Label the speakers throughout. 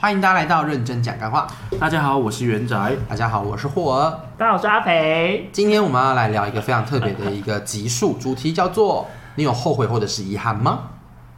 Speaker 1: 欢迎大家来到认真讲干话。
Speaker 2: 大家好，我是元宅。
Speaker 1: 大家好，我是霍儿。
Speaker 3: 大家好，我是阿培。
Speaker 1: 今天我们要来聊一个非常特别的一个集数，主题叫做“你有后悔或者是遗憾吗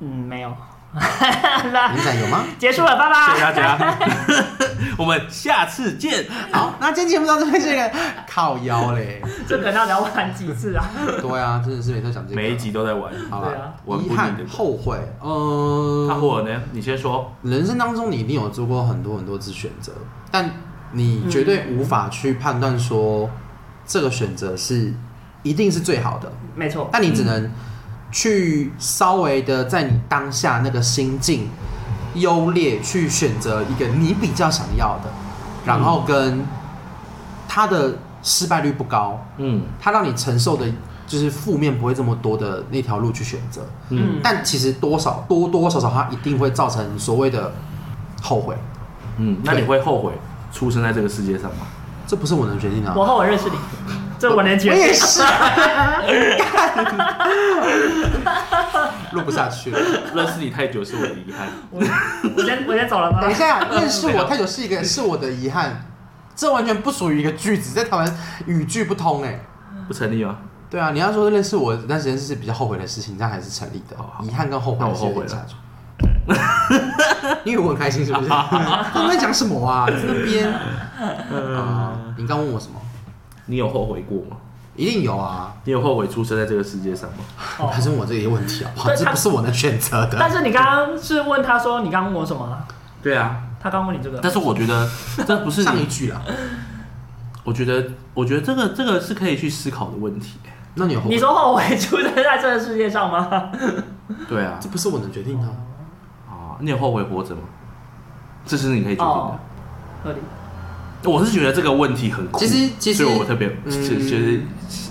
Speaker 3: 嗯，没有。？”
Speaker 1: 元仔有吗？
Speaker 3: 结束了，拜
Speaker 2: 谢谢
Speaker 3: 拜。
Speaker 2: 大家， 我们下次见。
Speaker 1: 好，那今天节目到这边，这个靠腰嘞。
Speaker 3: 这可能要聊玩几次啊？
Speaker 1: 对啊，真的是每次讲这个。
Speaker 2: 每一集都在玩。
Speaker 1: 好
Speaker 3: 对
Speaker 1: 了
Speaker 3: 啊，
Speaker 2: 玩不
Speaker 1: 遗
Speaker 2: 腻
Speaker 1: 憾
Speaker 2: 的
Speaker 1: 后悔，嗯、
Speaker 2: 那霍尔呢？你先说。
Speaker 1: 人生当中你一定有做过很多很多次选择，但你绝对无法去判断说这个选择是一定是最好的，
Speaker 3: 没错，
Speaker 1: 但你只能去稍微的在你当下那个心境优劣去选择一个你比较想要的，然后跟它的失败率不高，
Speaker 2: 嗯
Speaker 1: 它让你承受的就是负面不会这么多的那条路去选择。
Speaker 2: 嗯
Speaker 3: 嗯
Speaker 1: 但其实多少多多少少，它一定会造成所谓的后悔。
Speaker 2: 嗯，那你会后悔出生在这个世界上吗？
Speaker 1: 这不是我能决定的、啊。
Speaker 3: 我和我认识你，这我能
Speaker 1: 我
Speaker 3: 决定
Speaker 1: 也。是， 干录不下去了。
Speaker 2: 认识你太久是我的遗憾。
Speaker 3: 我我先我先走了，拜
Speaker 1: 等一
Speaker 3: 拜。
Speaker 1: 下，认识我太久是一个是我的遗憾，这完全不属于一个句子，在台湾语句不通哎、
Speaker 2: 不成立吗？
Speaker 1: 对啊，你要说认识我那时间是比较后悔的事情，这样还是成立的
Speaker 2: 好。好
Speaker 1: 遗憾跟后悔
Speaker 2: 那
Speaker 1: 还
Speaker 2: 我
Speaker 1: 是有点
Speaker 2: 后悔了
Speaker 1: 差距。 因为我很开心，是不是？他们在讲什么啊？在那边
Speaker 2: 嗯呃
Speaker 1: 啊？你刚问我什么？
Speaker 2: 你有后悔过吗？
Speaker 1: 一定有啊，
Speaker 2: 你有后悔出生在这个世界上吗？
Speaker 3: 哦
Speaker 1: 还是我这个有问题啊？哇，
Speaker 3: 对
Speaker 1: 这
Speaker 3: 他
Speaker 1: 不是我能选择的。
Speaker 3: 但是你刚刚是问他说你刚问我什么啊？
Speaker 2: 对啊，
Speaker 3: 他刚问你这个
Speaker 2: 但，是我觉 得这不是
Speaker 1: 上一
Speaker 2: 你，
Speaker 1: 句啊，
Speaker 2: 我觉得我觉得这个这个是可以去思考的问题。
Speaker 1: 那你有后悔
Speaker 3: 你说后悔出生在这个世界上吗？
Speaker 2: 对啊
Speaker 1: 这，不是我能决定的啊。
Speaker 2: 啊，你有后悔活着吗？这是你可以决定的
Speaker 3: 哦。合理。
Speaker 2: 我是觉得这个问题很酷，
Speaker 1: 其实其实
Speaker 2: 所以我特别
Speaker 1: 嗯
Speaker 2: 就就是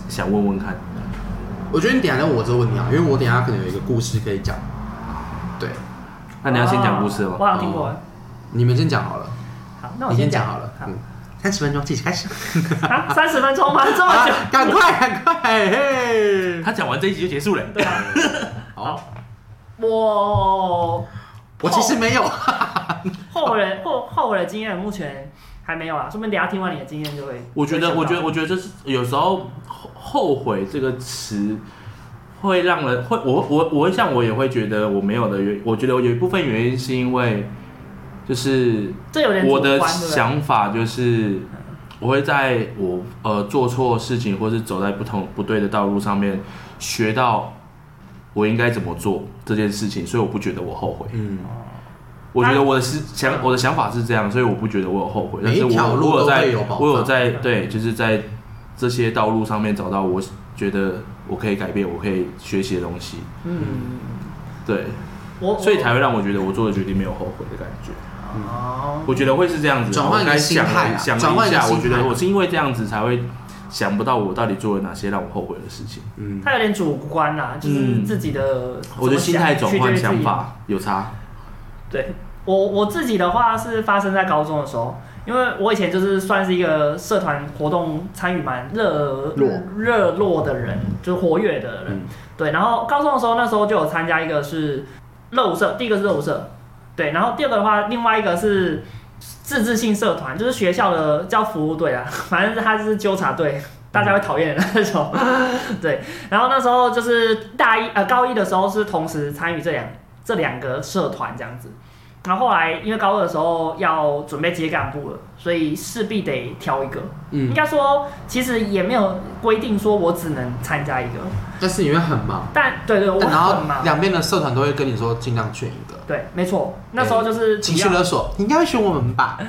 Speaker 2: 想问问看，
Speaker 1: 我觉得你等一下让我这个问你啊，因为我等一下可能有一个故事可以讲。对，
Speaker 2: 那你要先讲故事了
Speaker 3: 哦我
Speaker 2: 吗？
Speaker 3: 好
Speaker 1: 啊
Speaker 3: 像听过。
Speaker 1: 你们先讲好了，
Speaker 3: 好，那我
Speaker 1: 你
Speaker 3: 先
Speaker 1: 先讲好了。嗯，三十分钟，计时开 始。
Speaker 3: 啊，三十分钟吗？这 么久？
Speaker 1: 啊，赶快赶快，嘿。
Speaker 2: 他讲完这一集就结束了。欸
Speaker 3: 对啊，
Speaker 1: 好，
Speaker 3: 我
Speaker 1: 我其实没有。
Speaker 3: 哦后悔的后后悔的经验目前还没有啊，说不定等一下听完你的经验就会。
Speaker 2: 我觉
Speaker 3: 就
Speaker 2: 得，
Speaker 3: 会想
Speaker 2: 我
Speaker 3: 到
Speaker 2: 觉得，我觉得就是有时候后后悔这个词会让人会我我我像我也会觉得我没有的原，我觉得有一部分原因是因为就是
Speaker 3: 这有点主
Speaker 2: 我
Speaker 3: 观
Speaker 2: 的
Speaker 3: 对不对
Speaker 2: 想法就是，我会在我呃做错事情或是走在不同不对的道路上面，学到我应该怎么做这件事情，所以我不觉得我后悔。
Speaker 1: 嗯，
Speaker 2: 我觉得我的思想，我的想法是这样，所以我不觉得我有后悔。但
Speaker 1: 每一
Speaker 2: 是我
Speaker 1: 条路
Speaker 2: 我有
Speaker 1: 都
Speaker 2: 在
Speaker 1: 会有宝藏
Speaker 2: 我有在对，就是在这些道路上面找到我觉得我可以改变、我可以学习的东西。
Speaker 3: 嗯，
Speaker 2: 对，
Speaker 3: 我我
Speaker 2: 所以才会让我觉得我做的决定没有后悔的感觉。
Speaker 3: 哦，
Speaker 2: 我觉得会是这样子，
Speaker 1: 转换一
Speaker 2: 我
Speaker 1: 个
Speaker 2: 该
Speaker 1: 心
Speaker 2: 想
Speaker 1: 态啊
Speaker 2: 了想
Speaker 1: 转
Speaker 2: 了
Speaker 1: 换
Speaker 2: 一
Speaker 1: 一个
Speaker 2: 下，
Speaker 1: 心态啊
Speaker 2: 我觉得我是因为这样子才会想不到我到底做了哪些让我后悔的事情。
Speaker 1: 嗯，
Speaker 3: 他有点主观啦，就是
Speaker 2: 嗯
Speaker 3: 自己的怎么想，
Speaker 2: 我觉得心态转
Speaker 3: 取决于
Speaker 2: 换
Speaker 3: 自己
Speaker 2: 想。法有差。
Speaker 3: 对我我自己的话是发生在高中的时候，因为我以前就是算是一个社团活动参与蛮热
Speaker 1: 络
Speaker 3: 热络的人，就是活跃的人。
Speaker 1: 嗯
Speaker 3: 对，然后高中的时候那时候就有参加一个是热舞社，第一个是热舞社，对，然后第二个的话，另外一个是自治性社团，就是学校的叫服务队啊， 反正他就是纠察队，大家会讨厌的那种。 对，然后那时候就是大一呃高一的时候是同时参与这两这两个社团这样子。然后后来，因为高二的时候要准备接干部了，所以势必得挑一个。应
Speaker 1: 嗯，
Speaker 3: 该说，其实也没有规定说我只能参加一个，
Speaker 1: 但是你会很忙，
Speaker 3: 但对对，我
Speaker 1: 但然后
Speaker 3: 很忙。
Speaker 1: 两边的社团都会跟你说尽量选一个。
Speaker 3: 对，没错，那时候就是
Speaker 1: 情
Speaker 3: 主
Speaker 1: 绪
Speaker 3: 要，
Speaker 1: 勒索，你应该会选我们吧？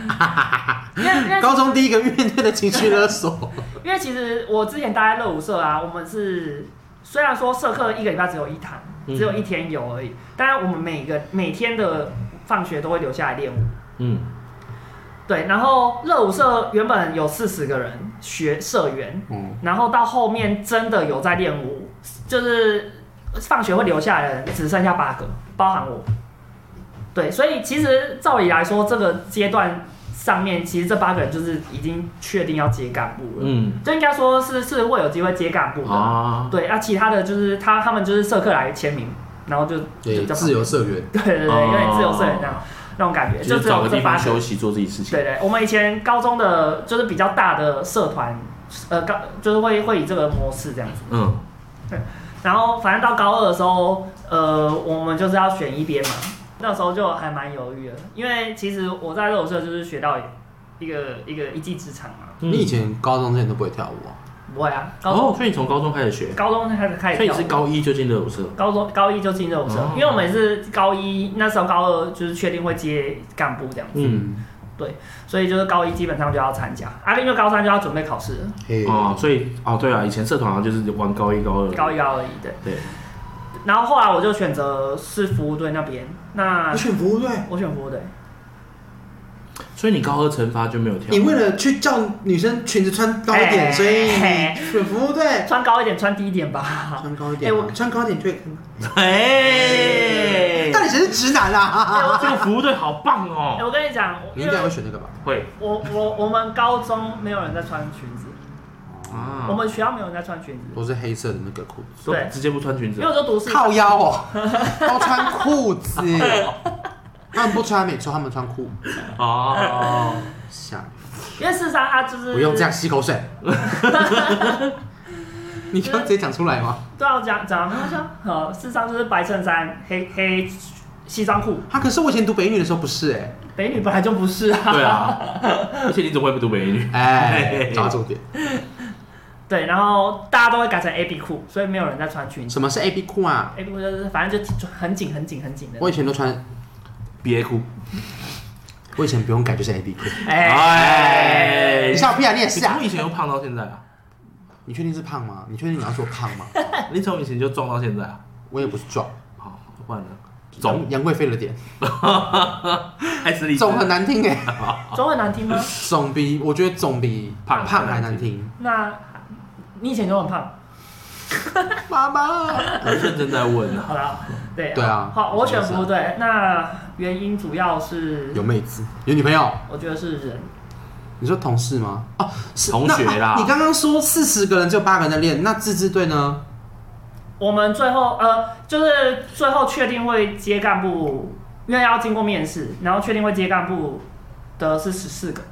Speaker 3: 因为因为
Speaker 1: 高中第一个面对的情绪勒 索，
Speaker 3: 因为其实我之前待在乐舞社啊，我们是虽然说社课一个礼拜只有一堂，
Speaker 2: 嗯
Speaker 3: 只有一天有而已，但是我们每个每天的放学都会留下来练舞。
Speaker 2: 嗯
Speaker 3: 对，然后乐舞社原本有四十个人学社员，
Speaker 1: 嗯，
Speaker 3: 然后到后面真的有在练舞，就是放学会留下来的人只剩下八个，包含我。对，所以其实照理来说，这个阶段上面，其实这八个人就是已经确定要接干部了，
Speaker 2: 嗯
Speaker 3: 就应该说是是会有机会接干部的。
Speaker 2: 啊，
Speaker 3: 对，啊，其他的就是他他们就是社课来签名，然后就就
Speaker 1: 对，
Speaker 3: 叫
Speaker 1: 自由社员，
Speaker 3: 对对对，有点自由社员那样、那种
Speaker 1: 啊
Speaker 3: 感觉，
Speaker 2: 就
Speaker 3: 就是只
Speaker 2: 找
Speaker 3: 有
Speaker 2: 个
Speaker 3: 这
Speaker 2: 地
Speaker 3: 八
Speaker 2: 方
Speaker 3: 个
Speaker 2: 休息，做自己事情。
Speaker 3: 对对，我们以前高中的就是比较大的社团，呃，高就是会会以这个模式这样子。
Speaker 2: 嗯，
Speaker 3: 然后反正到高二的时候，呃，我们就是要选一边嘛。那时候就还蛮犹豫的，因为其实我在热舞社就是学到一个一个一技之长嘛。
Speaker 1: 你以前高中之前都不会跳舞啊？
Speaker 3: 不会啊，高中、
Speaker 2: 嗯哦，所以你从高中开始学，
Speaker 3: 高中开始开始
Speaker 2: 所以你
Speaker 3: 跳舞
Speaker 2: 是高一就进热舞社，
Speaker 3: 高中高一就进热舞社，
Speaker 2: 哦
Speaker 3: 因为我们是高一那时候高二就是确定会接干部这样，
Speaker 2: 嗯，
Speaker 3: 所以就是高一基本上就要参加，啊，因为高三就要准备考试了，
Speaker 1: 嘿，
Speaker 2: 哦，所以哦，对啊，以前社团好像就是玩高一、高二，
Speaker 3: 高一高二一对。
Speaker 2: 对，
Speaker 3: 然后后来我就选择是服务队那边，那
Speaker 1: 你选服务队，
Speaker 3: 我选服务队，
Speaker 2: 所以你高二惩罚就没有跳
Speaker 1: 你，为了去叫女生裙子穿高一点，
Speaker 3: 哎
Speaker 1: 所以
Speaker 3: 嘿
Speaker 1: 你选服务队，
Speaker 3: 穿高一点，穿低一点吧。
Speaker 1: 穿高一点
Speaker 3: 哎
Speaker 1: 啊，
Speaker 3: 我
Speaker 1: 穿高一点就可以看到。
Speaker 2: 哎，
Speaker 1: 到底谁是直男啊？
Speaker 2: 这个服务队好棒
Speaker 3: 哎、
Speaker 2: 哦，
Speaker 3: 我跟你讲，我
Speaker 1: 你
Speaker 3: 因
Speaker 1: 应该会
Speaker 3: 为
Speaker 1: 选那个吧？
Speaker 2: 会
Speaker 3: 我我我们高中没有人在穿裙子，
Speaker 2: 啊
Speaker 3: 我们学校没有人在穿裙子，
Speaker 1: 都是黑色的那个裤子，
Speaker 2: 都
Speaker 3: 对
Speaker 2: 直接不穿裙
Speaker 3: 因
Speaker 2: 子
Speaker 3: 为，我就读私，
Speaker 1: 靠腰哦，都穿裤 子。他们不穿没错，他们穿裤子。
Speaker 2: 哦，
Speaker 1: 下雨，
Speaker 3: 因为事实上啊，就是
Speaker 1: 不用这样吸口水。 你刚刚直接讲出来吗？
Speaker 3: 对啊，我讲讲没关系啊。呃，事实上就是白衬衫、黑黑西装裤，
Speaker 1: 啊，可是我以前读北女的时候不是哎、
Speaker 3: 北女本来就不是啊。
Speaker 2: 对啊，而且你怎么会不读美女？
Speaker 1: 哎，抓重点。
Speaker 3: 对，然后大家都会改成 A B 裤，所以没有人在穿裙子。
Speaker 1: 什么是 A B 裤啊？
Speaker 3: A B 裤就是反正就很紧、很紧、很紧的。
Speaker 1: 我以前都穿，
Speaker 2: 别哭，
Speaker 1: 我以前不用改就是 A B 裤。
Speaker 2: 哎
Speaker 1: 你笑屁啊！你也
Speaker 2: 你
Speaker 1: 是啊
Speaker 2: 从？以前又胖到现在啊，
Speaker 1: 你确定是胖吗？你确定你要说胖吗？
Speaker 2: 你从以前就壮到现在啊，
Speaker 1: 我也不是壮，
Speaker 2: 好，换了，总
Speaker 1: 杨贵妃了点，
Speaker 2: 爱吃荔枝
Speaker 1: 肿，很难听哎、
Speaker 3: 中文难听吗？
Speaker 1: 总比我觉得总比
Speaker 2: 胖
Speaker 1: 胖还难听。
Speaker 3: 那你以前就很胖，
Speaker 1: 妈妈，
Speaker 2: 很认真在问啊，
Speaker 3: 好了，对
Speaker 1: 对啊
Speaker 3: 好，我选
Speaker 1: 是啊
Speaker 3: 服务队。那原因主要是
Speaker 1: 有，妹子，有女朋友？
Speaker 3: 我觉得是人，
Speaker 1: 你说同事吗？哦，是
Speaker 2: 同学啦
Speaker 1: 那啊你刚刚说四十个人就八个人在练，那自治队呢？
Speaker 3: 我们最后呃，就是最后确定会接干部，因为要经过面试，然后确定会接干部的是十四个，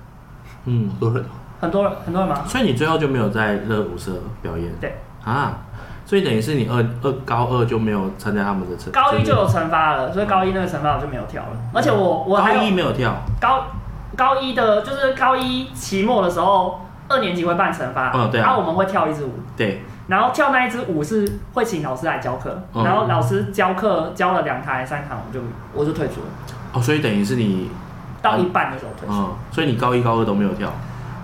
Speaker 2: 嗯
Speaker 1: 很。多人哦，
Speaker 3: 很多人很多人吗？
Speaker 2: 所以你最后就没有在热舞社表演？
Speaker 3: 对
Speaker 2: 啊，所以等于是你二二高二就没有参加他们的成
Speaker 3: 高一就有惩罚了，所以高一那个惩罚我就没有跳了。而且我我还
Speaker 2: 高一
Speaker 3: 有
Speaker 2: 没有跳，
Speaker 3: 高高一的，就是高一期末的时候，二年级会办惩罚，
Speaker 2: 嗯对啊
Speaker 3: 然后我们会跳一支舞，
Speaker 2: 对，
Speaker 3: 然后跳那一支舞是会请老师来教课，
Speaker 2: 嗯
Speaker 3: 然后老师教课教了两堂还是三堂，我就我就退出了，
Speaker 2: 哦，所以等于是你，
Speaker 3: 到一半的时候退出。
Speaker 2: 嗯，所以你高一高二都没有跳，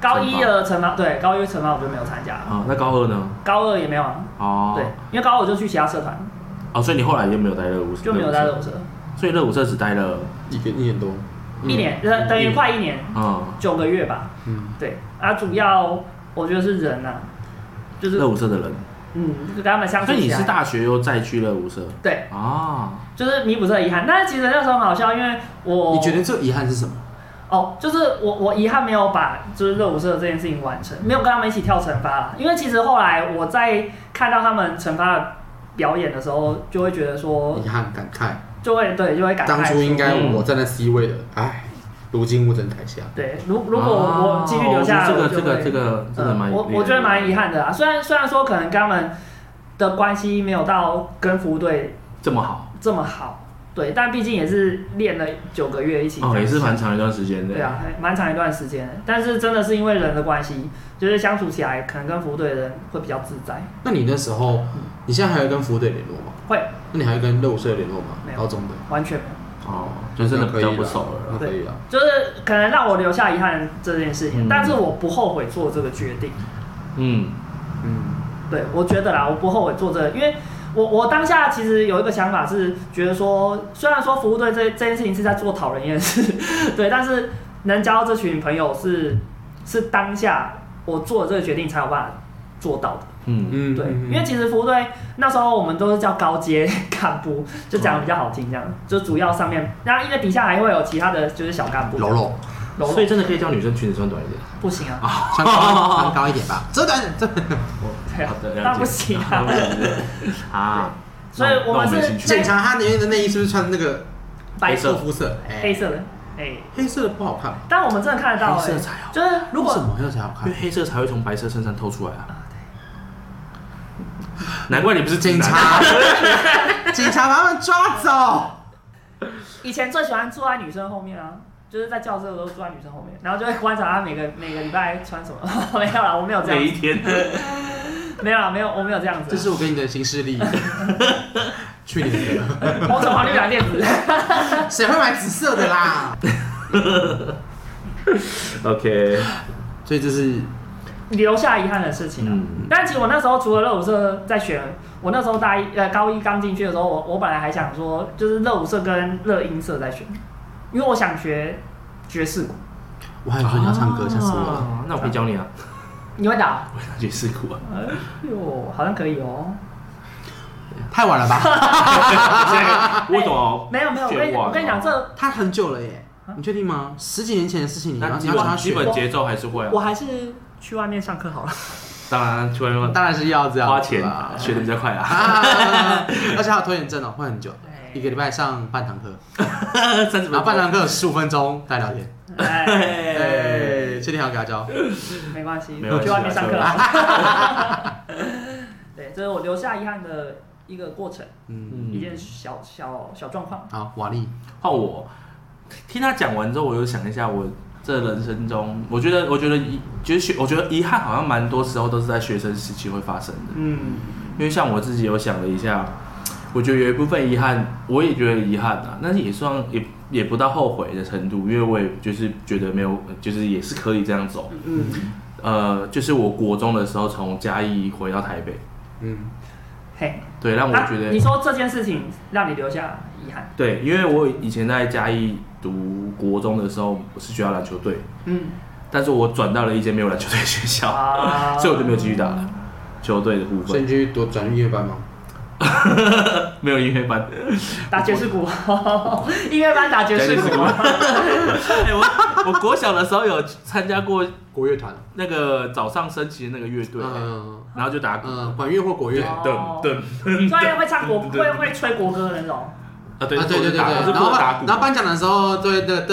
Speaker 3: 高一的惩罚对高一的惩罚我就没有参加了，
Speaker 2: 啊，那高二呢？
Speaker 3: 高二也没有啊，
Speaker 2: 哦，
Speaker 3: 对，，因为高二我就去其他社团，
Speaker 2: 哦，所以你后来就没有待热舞社，
Speaker 3: 就没有在热舞社，
Speaker 2: 所以热舞社只待了，
Speaker 1: 一个一年多，
Speaker 3: 一年呃等等于快一年
Speaker 2: 嗯，
Speaker 3: 九个月吧，
Speaker 1: 嗯，
Speaker 3: 对啊，主要我觉得是人啊，就是
Speaker 2: 热舞社的人，
Speaker 3: 嗯，就跟他们相处
Speaker 2: 所以
Speaker 3: 起
Speaker 2: 你是
Speaker 3: 来。
Speaker 2: 大学又再去热舞社
Speaker 3: 对，
Speaker 2: 啊？
Speaker 3: 就是弥补这个遗憾。但是其实那时候很好笑，因为我
Speaker 1: 你觉得这遗憾是什么？
Speaker 3: 哦，就是我我遗憾没有把就是热舞社这件事情完成，没有跟他们一起跳惩罚啦。因为其实后来我在看到他们惩罚的表演的时候，就会觉得说，
Speaker 1: 遗憾、感慨，
Speaker 3: 就会对，就会哦感慨说。
Speaker 1: 当初应该
Speaker 2: 嗯
Speaker 1: 我站在 C 位的，哎，如今我站台下。
Speaker 3: 对，如如果我我继续留下来，
Speaker 2: 哦啊我觉得
Speaker 3: 我
Speaker 2: 这个这
Speaker 3: 就会
Speaker 2: 个这个真的
Speaker 3: 嗯
Speaker 2: 蛮，
Speaker 3: 我我觉得蛮遗憾的啊。虽然虽然说可能跟他们的关系没有到跟服务队
Speaker 2: 这么好，
Speaker 3: 这么好，对，但毕竟也是练了九个月一起，
Speaker 2: 哦，也是蛮长一段时间的，
Speaker 3: 对啊，还蛮长一段时间的。但是真的是因为人的关系，就是相处起来可能跟服务队的人会比较自在，
Speaker 1: 那你那时候，你现在还有跟服务队联络吗？
Speaker 3: 会
Speaker 1: 那你还有跟肉社联络吗
Speaker 3: 没？有
Speaker 1: 高中的，
Speaker 3: 完全没有
Speaker 2: 哦，就真的比较不熟了
Speaker 1: 那
Speaker 2: 啦，
Speaker 1: 可以啊。
Speaker 3: 就是可能让我留下遗憾这件事情，
Speaker 2: 嗯
Speaker 3: 但是我不后悔做这个决定。
Speaker 2: 嗯。
Speaker 1: 嗯，
Speaker 3: 对，我觉得啦，我不后悔做这个，因为我我当下其实有一个想法是觉得说，虽然说服务队这这件事情是在做讨人厌的事， 对，但是能交到这群朋友是是当下我做的这个决定才有办法做到的，
Speaker 2: 嗯，
Speaker 1: 嗯
Speaker 3: 对，
Speaker 1: 嗯
Speaker 3: 因为其实服务队那时候我们都是叫高阶 干部，就讲的比较好听，这样就主要上面，然后因为底下还会有其他的就是小干部，
Speaker 1: 柔柔，
Speaker 3: 柔
Speaker 2: 所以
Speaker 3: 软
Speaker 2: 真的可以叫女生裙子穿短一点。
Speaker 3: 不行啊，
Speaker 1: 穿高穿高一点吧，这段这
Speaker 3: 对啊
Speaker 2: 好的，，了解
Speaker 3: 那不行
Speaker 2: 那
Speaker 3: 啊
Speaker 2: 不。行啊。
Speaker 3: 所以
Speaker 2: 那
Speaker 3: 我们
Speaker 2: 那
Speaker 3: 是
Speaker 2: 进去
Speaker 1: 检查他里面的内衣是不是穿那个
Speaker 3: 白
Speaker 1: 色
Speaker 3: 色、
Speaker 1: 肤色？哎
Speaker 3: 黑色的，哎，
Speaker 1: 黑色的不好看，
Speaker 3: 但我们真的看得到，
Speaker 2: 黑色
Speaker 3: 哎
Speaker 2: 才好
Speaker 3: 就是如
Speaker 1: 啊为什
Speaker 3: 果
Speaker 1: 么黑色才好
Speaker 2: 因
Speaker 1: 看
Speaker 2: 为？啊黑色才会从白色身上透出来啊。难怪你不是直
Speaker 1: 警
Speaker 2: 男
Speaker 1: 察，警察把他们抓走。
Speaker 3: 以前最喜欢坐在女生后面啊。就是在教室的时候坐在女生后面，然后就会观察她每个每个礼拜穿什么。 没有啦，我没有这
Speaker 2: 每一
Speaker 3: 样，
Speaker 2: 天，
Speaker 3: 没有啦，没有，我没有这样子
Speaker 1: 这
Speaker 3: 啊。
Speaker 1: 是我给你的新势力。去你的！
Speaker 3: 红橙黄绿蓝靛紫。
Speaker 1: 谁会买紫色的啦？
Speaker 2: OK，
Speaker 3: 啊
Speaker 1: 所以这是
Speaker 3: 留下遗憾的事情啊。
Speaker 2: 嗯
Speaker 3: 但其实我那时候除了热舞社在选，我那时候大一呃高一刚进去的时候，我我本来还想说，就是热舞社跟热音社在选，因为我想学爵士鼓。
Speaker 1: 我还有说你要唱歌，吓死我了。
Speaker 2: 啊那我可以教你啊，
Speaker 3: 你会打？
Speaker 2: 我要爵士鼓啊，
Speaker 3: 哎呦，好像可以哦。
Speaker 1: 太晚了吧？
Speaker 2: 我懂哦。
Speaker 3: 没有没有，我跟你我跟你讲，这
Speaker 1: 他很久了耶，你确定吗？十几年前的事情，你要
Speaker 2: 那
Speaker 1: 你
Speaker 2: 基
Speaker 1: 要叫他
Speaker 2: 本基
Speaker 1: 学，
Speaker 2: 本节奏还是会啊
Speaker 3: 我。还是去外面上课好了。
Speaker 2: 当然，去外面
Speaker 1: 当然是要这样
Speaker 2: 花
Speaker 1: 子
Speaker 2: 钱
Speaker 1: 啦
Speaker 2: 学的比较快啊，
Speaker 1: 啊！而且还有拖延症哦，会很久，一个礼拜上半堂课，
Speaker 2: 三十
Speaker 1: 然
Speaker 2: 分
Speaker 1: 后半
Speaker 2: 钟。
Speaker 1: 堂课十五分钟在聊天。
Speaker 3: 哎，
Speaker 2: 哎
Speaker 1: 哎，确定好给他教？
Speaker 3: 没关系，
Speaker 2: 没
Speaker 3: 我
Speaker 2: 关系
Speaker 3: 去
Speaker 2: 啊
Speaker 3: 外面上课了。对，这是我留下遗憾的一个过程，
Speaker 1: 嗯，
Speaker 3: 一
Speaker 2: 嗯，
Speaker 3: 件小小小状况。
Speaker 1: 好，瓦力，
Speaker 2: 换我。听他讲完之后，我又想一下，我这人生中，我觉得，我觉得遗，就是学，我觉得遗憾好像蛮多时候都是在学生时期会发生的。
Speaker 3: 嗯，
Speaker 2: 因为像我自己有想了一下，我觉得有一部分遗憾，我也觉得遗憾啊，但是也算也也不到后悔的程度，因为我也就是觉得没有，就是也是可以这样走。
Speaker 3: 嗯，
Speaker 2: 呃，就是我国中的时候从嘉义回到台北，
Speaker 1: 嗯，
Speaker 3: 嘿，
Speaker 2: 对，让我觉
Speaker 3: 啊
Speaker 2: 得
Speaker 3: 你说这件事情让你留下遗憾，
Speaker 2: 对，因为我以前在嘉义读国中的时候，我是学校篮球队，
Speaker 3: 嗯，
Speaker 2: 但是我转到了一间没有篮球队的学校，
Speaker 3: 啊
Speaker 2: 所以我就没有继续打了球队的部
Speaker 1: 所以你
Speaker 2: 分，
Speaker 1: 去多转音乐班吗？
Speaker 2: 没有音乐班。
Speaker 3: 打爵士鼓， 音乐班打爵士
Speaker 2: 爵士
Speaker 3: 鼓
Speaker 2: 鼓，哎、我我国小的时候有参加过
Speaker 1: 国乐团，
Speaker 2: 那个早上升旗的那个乐队，
Speaker 1: 嗯
Speaker 2: 然后就打鼓，
Speaker 1: 嗯，管乐或国乐，
Speaker 2: 对
Speaker 1: 啊
Speaker 3: 哦
Speaker 2: 噔噔
Speaker 3: 专业会唱国
Speaker 2: 对对对
Speaker 3: 会会吹国歌的那种，
Speaker 2: 啊，对
Speaker 1: 对对对对，
Speaker 2: 打鼓是
Speaker 1: 然
Speaker 2: 不
Speaker 1: 后
Speaker 2: 能打鼓，
Speaker 1: 然后颁奖的时候，对对
Speaker 3: 咚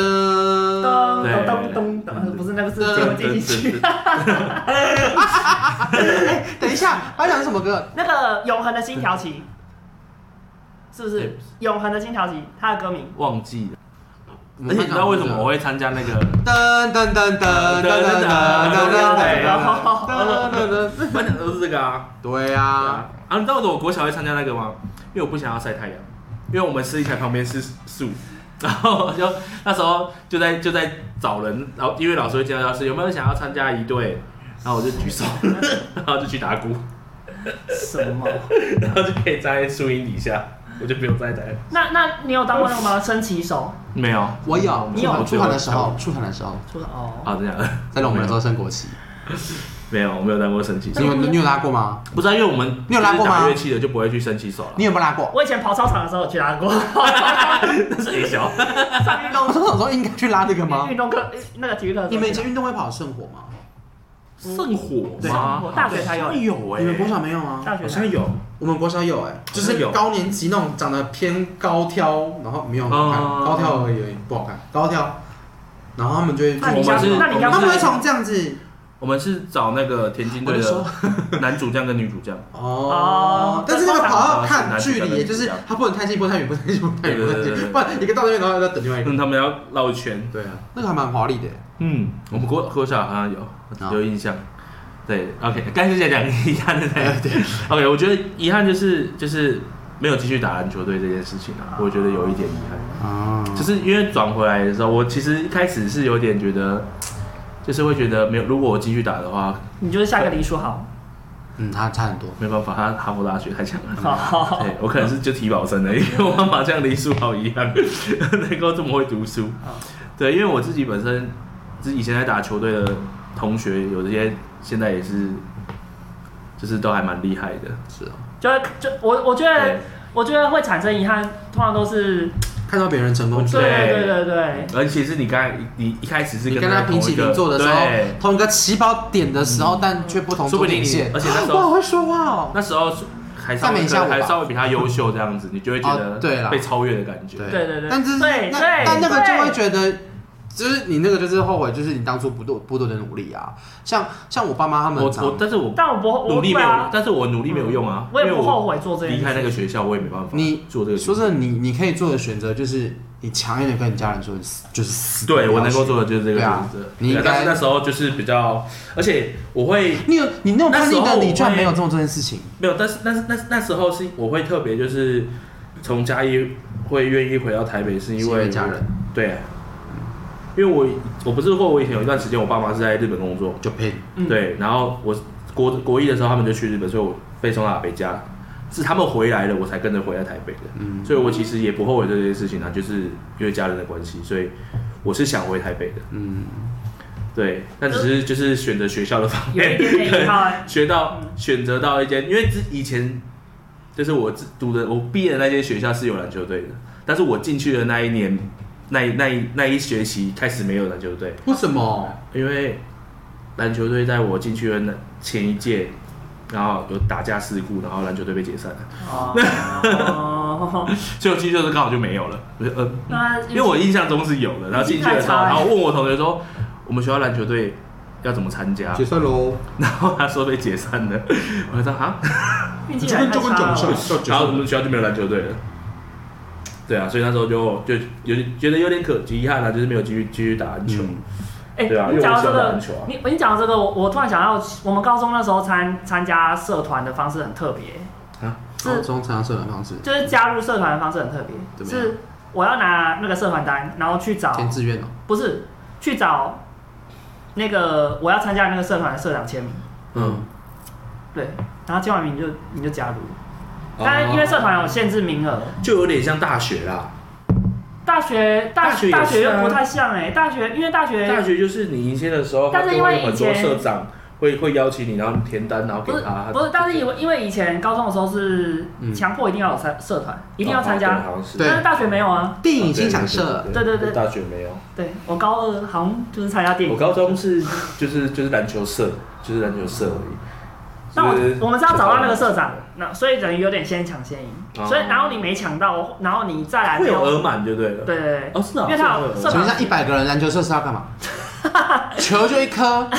Speaker 1: 的，
Speaker 2: 对
Speaker 3: 咚咚咚，不是那个是
Speaker 1: 对
Speaker 3: 节目
Speaker 2: 对
Speaker 3: 进行
Speaker 2: 对
Speaker 3: 曲，
Speaker 2: 对
Speaker 1: 哎，等一下，颁奖是什么歌？
Speaker 3: 那个永恒的星条旗，是不是
Speaker 2: 对
Speaker 3: 永恒的星条旗？它的歌名，
Speaker 2: 忘记了。
Speaker 1: 嗯
Speaker 2: 而且你知道为什么
Speaker 1: 啊
Speaker 2: 我会参 加那个？
Speaker 1: 噔噔噔噔噔噔噔噔噔噔噔，
Speaker 2: 颁奖都是这个啊。
Speaker 1: 对
Speaker 2: 对
Speaker 1: 啊，
Speaker 2: 啊，啊，你知道为什么我国小会参加那个吗？因为我不想要晒太阳，因为我们私立台旁边是树。 然后就那时候就在就在找人，然后音乐老师会介绍老师有没有人想要参加一队，然后我就 举手，然后就去打鼓，
Speaker 3: 什 么？
Speaker 2: 然后就可以站在树荫底下，我就不用再待。
Speaker 3: 那那你有当过那个吗？升旗手，
Speaker 2: 没有，
Speaker 1: 我有，
Speaker 3: 你有
Speaker 1: 出团的时候，出团的时候，
Speaker 3: 说的哦，
Speaker 2: 啊，这样
Speaker 1: 在龙门的时候升国旗，
Speaker 2: 没有，我没有当过升旗手
Speaker 1: 你，有你有拉过吗？
Speaker 2: 不是、啊、因为我们
Speaker 1: 你有拉过吗
Speaker 2: 就是打乐器的就不会去升旗手了
Speaker 1: 你，有没有拉过？
Speaker 3: 我以前跑操场的时候有去打过，
Speaker 2: 那是 A 小，
Speaker 3: 上运
Speaker 1: 我
Speaker 3: 动
Speaker 1: 说我说应该去拉这个吗
Speaker 3: 运？动课那个体育课的时候去打，
Speaker 1: 你们以前运动会跑圣火吗？
Speaker 2: 圣火
Speaker 1: 对
Speaker 3: 上火大学才有
Speaker 2: 好像有哎、
Speaker 1: 你们国小没有吗？
Speaker 3: 大学
Speaker 2: 好
Speaker 3: 才
Speaker 2: 像有，
Speaker 1: 我们国小有哎、就
Speaker 2: 好像
Speaker 1: 是
Speaker 2: 有
Speaker 1: 高年级那种长得偏高挑，然后没有很好看，
Speaker 2: 嗯
Speaker 1: 高挑而已而已，不好看，高挑。然后他们就会做，
Speaker 3: 那你
Speaker 2: 我
Speaker 3: 家
Speaker 2: 们是
Speaker 3: 那你家
Speaker 1: 他
Speaker 2: 我
Speaker 1: 们
Speaker 2: 们
Speaker 1: 会
Speaker 2: 是
Speaker 1: 从这样子
Speaker 2: 我们是找那个田径队
Speaker 1: 我就
Speaker 2: 的 男主将跟女主将，
Speaker 1: 哦
Speaker 3: 哦，
Speaker 1: 但是那个跑要看
Speaker 2: 那是
Speaker 1: 距离耶，
Speaker 2: 男子
Speaker 1: 就是
Speaker 2: 跟女子
Speaker 1: 他不能太近，不能太远，不能太近，不能太远，不能太
Speaker 2: 对对对
Speaker 1: 近，
Speaker 2: 对
Speaker 1: 不然一个到那边，然后要等另外一个。
Speaker 2: 嗯，他们要绕一圈。
Speaker 1: 对啊，那个还蛮华丽的耶。
Speaker 2: 嗯，我们国国小好像有
Speaker 1: 好
Speaker 2: 有印象。 对，OK，刚才就讲遗憾的那对，OK，我觉得遗憾就是就是没有继续打篮球队这件事情啊，我觉得有一点遗憾。
Speaker 1: 啊，
Speaker 2: 就是因为转回来的时候，我其实一开始是有点觉得，就是会觉得没有，如果我继续打的话，
Speaker 3: 你就是下个林书豪，
Speaker 1: 嗯，他差很多。
Speaker 2: 没办法，他哈佛大学太强了。
Speaker 3: 好，
Speaker 2: 对，我可能是就提保生的，因为
Speaker 3: 哦
Speaker 2: 我妈妈像林书豪一 样，能够这么会读书
Speaker 3: 好。
Speaker 2: 对，因为我自己本身，就是以前在打球队的同学，有这些现在也是，就是都还蛮厉害的。
Speaker 1: 是哦，
Speaker 3: 就就我我觉得
Speaker 2: 对，
Speaker 3: 我觉得会产生遗憾，通常都是
Speaker 1: 看到别人成功，
Speaker 3: 对对
Speaker 2: 对
Speaker 3: 对对，
Speaker 2: 而且是你刚才你一开始是
Speaker 1: 你跟他
Speaker 2: 他同一
Speaker 1: 平起
Speaker 2: 个
Speaker 1: 平坐的时
Speaker 2: 对嗯
Speaker 1: 候，同一个起跑点的时候，但却不同
Speaker 2: 说不
Speaker 1: 终
Speaker 2: 定
Speaker 1: 点
Speaker 2: 你
Speaker 1: 线，。
Speaker 2: 而且那时
Speaker 1: 哇，
Speaker 2: 候
Speaker 1: 会说话哦！
Speaker 2: 那时候还稍
Speaker 1: 赞美
Speaker 2: 微
Speaker 1: 一下我吧
Speaker 2: 还稍微比他优秀这样子，你就会觉
Speaker 1: 哦
Speaker 2: 得
Speaker 1: 对啦
Speaker 2: 被超越的感觉。
Speaker 3: 对对对
Speaker 1: 但是
Speaker 3: 对
Speaker 1: 那
Speaker 3: 对
Speaker 1: 但那个
Speaker 3: 对
Speaker 1: 就会觉得，就是你那个就是后悔，就是你当初不多不多的努力啊。像像我爸妈他
Speaker 2: 我
Speaker 1: 们
Speaker 2: 我
Speaker 1: 长，
Speaker 2: 但是我
Speaker 3: 但我不我
Speaker 2: 努力没
Speaker 3: 对
Speaker 2: 有
Speaker 3: 啊，，嗯
Speaker 2: 但是我努力没有用啊，
Speaker 3: 我也
Speaker 2: 因为
Speaker 3: 不后悔做这件
Speaker 2: 离
Speaker 3: 事。
Speaker 2: 开那个学校，我也没办法
Speaker 1: 你
Speaker 2: 做这个决定。
Speaker 1: 说真的，你你可以做的选择就是你强硬的跟你家人说，你死就是死。
Speaker 2: 对我能够。做的就是这个
Speaker 1: 对
Speaker 2: 选
Speaker 1: 啊
Speaker 2: 择。
Speaker 1: 你应
Speaker 2: 对啊但是
Speaker 1: 该
Speaker 2: 那时候就是比较，而且我会
Speaker 1: 你有你那种叛逆
Speaker 2: 那时候
Speaker 1: 的，
Speaker 2: 我
Speaker 1: 你居然
Speaker 2: 会
Speaker 1: 没有做这件事情。
Speaker 2: 没有，但是但是那那时候是我会特别就是从嘉义会愿意回到台北，是因
Speaker 1: 是因
Speaker 2: 为
Speaker 1: 为家人
Speaker 2: 对啊，因为我我不是说我以前有一段时间我爸妈是在日本工作，
Speaker 1: 就拼，
Speaker 3: 嗯，
Speaker 2: 对，然后我国国一的时候他们就去日本，所以我被送到阿北家，是他们回来了我才跟着回来台北的，
Speaker 1: 嗯，
Speaker 2: 所以我其实也不后悔这件事情啊，就是因为家人的关系，所以我是想回台北的，
Speaker 1: 嗯，
Speaker 2: 对，那只是就是选择学校的方
Speaker 3: 有一
Speaker 2: 面，
Speaker 3: 点 点遗憾。嗯
Speaker 2: 学到选择到一间，因为之以前就是我自读的，我毕业的那间学校是有篮球队的，但是我进去的那一年，那一那一那一学期开始没有篮球队，
Speaker 1: 为什么？
Speaker 2: 因为篮球队在我进去的那前一届，然后有打架事故，然后篮球队被解散了，
Speaker 3: 哦，
Speaker 2: 所以我进去的时候刚好就没有了，我就呃，
Speaker 3: 那
Speaker 2: 因为我印象中是有的，然后进去的时候，然后问我同学说，我们学校篮球队要怎么参加，
Speaker 1: 解散喽！
Speaker 2: 然后他说被解散了，我就说啊。
Speaker 3: 运气还太差了。
Speaker 2: 然后我们学校就没有篮球队了。对啊，所以那时候就就有点觉得有点可惜遗憾啊，就是没有继续继续打篮球。
Speaker 1: 嗯
Speaker 3: 哎、
Speaker 2: 对啊
Speaker 3: 你讲到这
Speaker 2: 因为我喜欢打
Speaker 3: 个
Speaker 2: 篮球啊，
Speaker 3: 你你讲到这个，我我突然想到，我们高中那时候参参加社团的方式很特别，
Speaker 1: 高中参加社团方式，
Speaker 3: 就是加入社团的方式很特别，
Speaker 1: 怎么样
Speaker 3: 是我要拿那个社团单，然后去找，
Speaker 1: 填志愿哦。
Speaker 3: 不是去找那个我要参加那个社团的社长签名，
Speaker 2: 嗯，
Speaker 3: 对，然后签完名你就你就加入，
Speaker 2: 哦
Speaker 3: 但因为社团有限制名额，
Speaker 2: 就有点像大学啦。
Speaker 3: 大学大
Speaker 2: 大学也
Speaker 3: 大学
Speaker 2: 是啊
Speaker 3: 又不太像哎、大学因为大学
Speaker 2: 大学就是你迎新的时候，
Speaker 3: 但是因为
Speaker 2: 会有很
Speaker 3: 以
Speaker 2: 多
Speaker 3: 前
Speaker 2: 社长会会邀请你，然后你填单，然后给
Speaker 3: 不是
Speaker 2: 他。
Speaker 3: 不是，但是因为因为以前高中的时候是
Speaker 1: 嗯
Speaker 3: 强迫一定要有参社团，一定要参加，
Speaker 2: 好像是
Speaker 1: 对
Speaker 3: 但是大学没有啊。
Speaker 1: 电影欣赏社，
Speaker 3: 对对对
Speaker 2: 大学没有。
Speaker 3: 对我高二好像就是参加电
Speaker 2: 我
Speaker 3: 影，
Speaker 2: 高中是就是就是篮球社，就是篮球社而
Speaker 3: 那我
Speaker 2: 就是
Speaker 3: 我们是要找到那个社长，那所以等于有点先抢先赢，
Speaker 2: 哦
Speaker 3: 所以然后你没抢到，然后你再来
Speaker 2: 已，会有
Speaker 3: 没
Speaker 2: 额满就对了。
Speaker 3: 对对对，
Speaker 2: 哦，是啊，
Speaker 3: 因为他有
Speaker 2: 会额满
Speaker 3: 社
Speaker 1: 请问一下，一百个人篮球社是要 干嘛？球就一颗，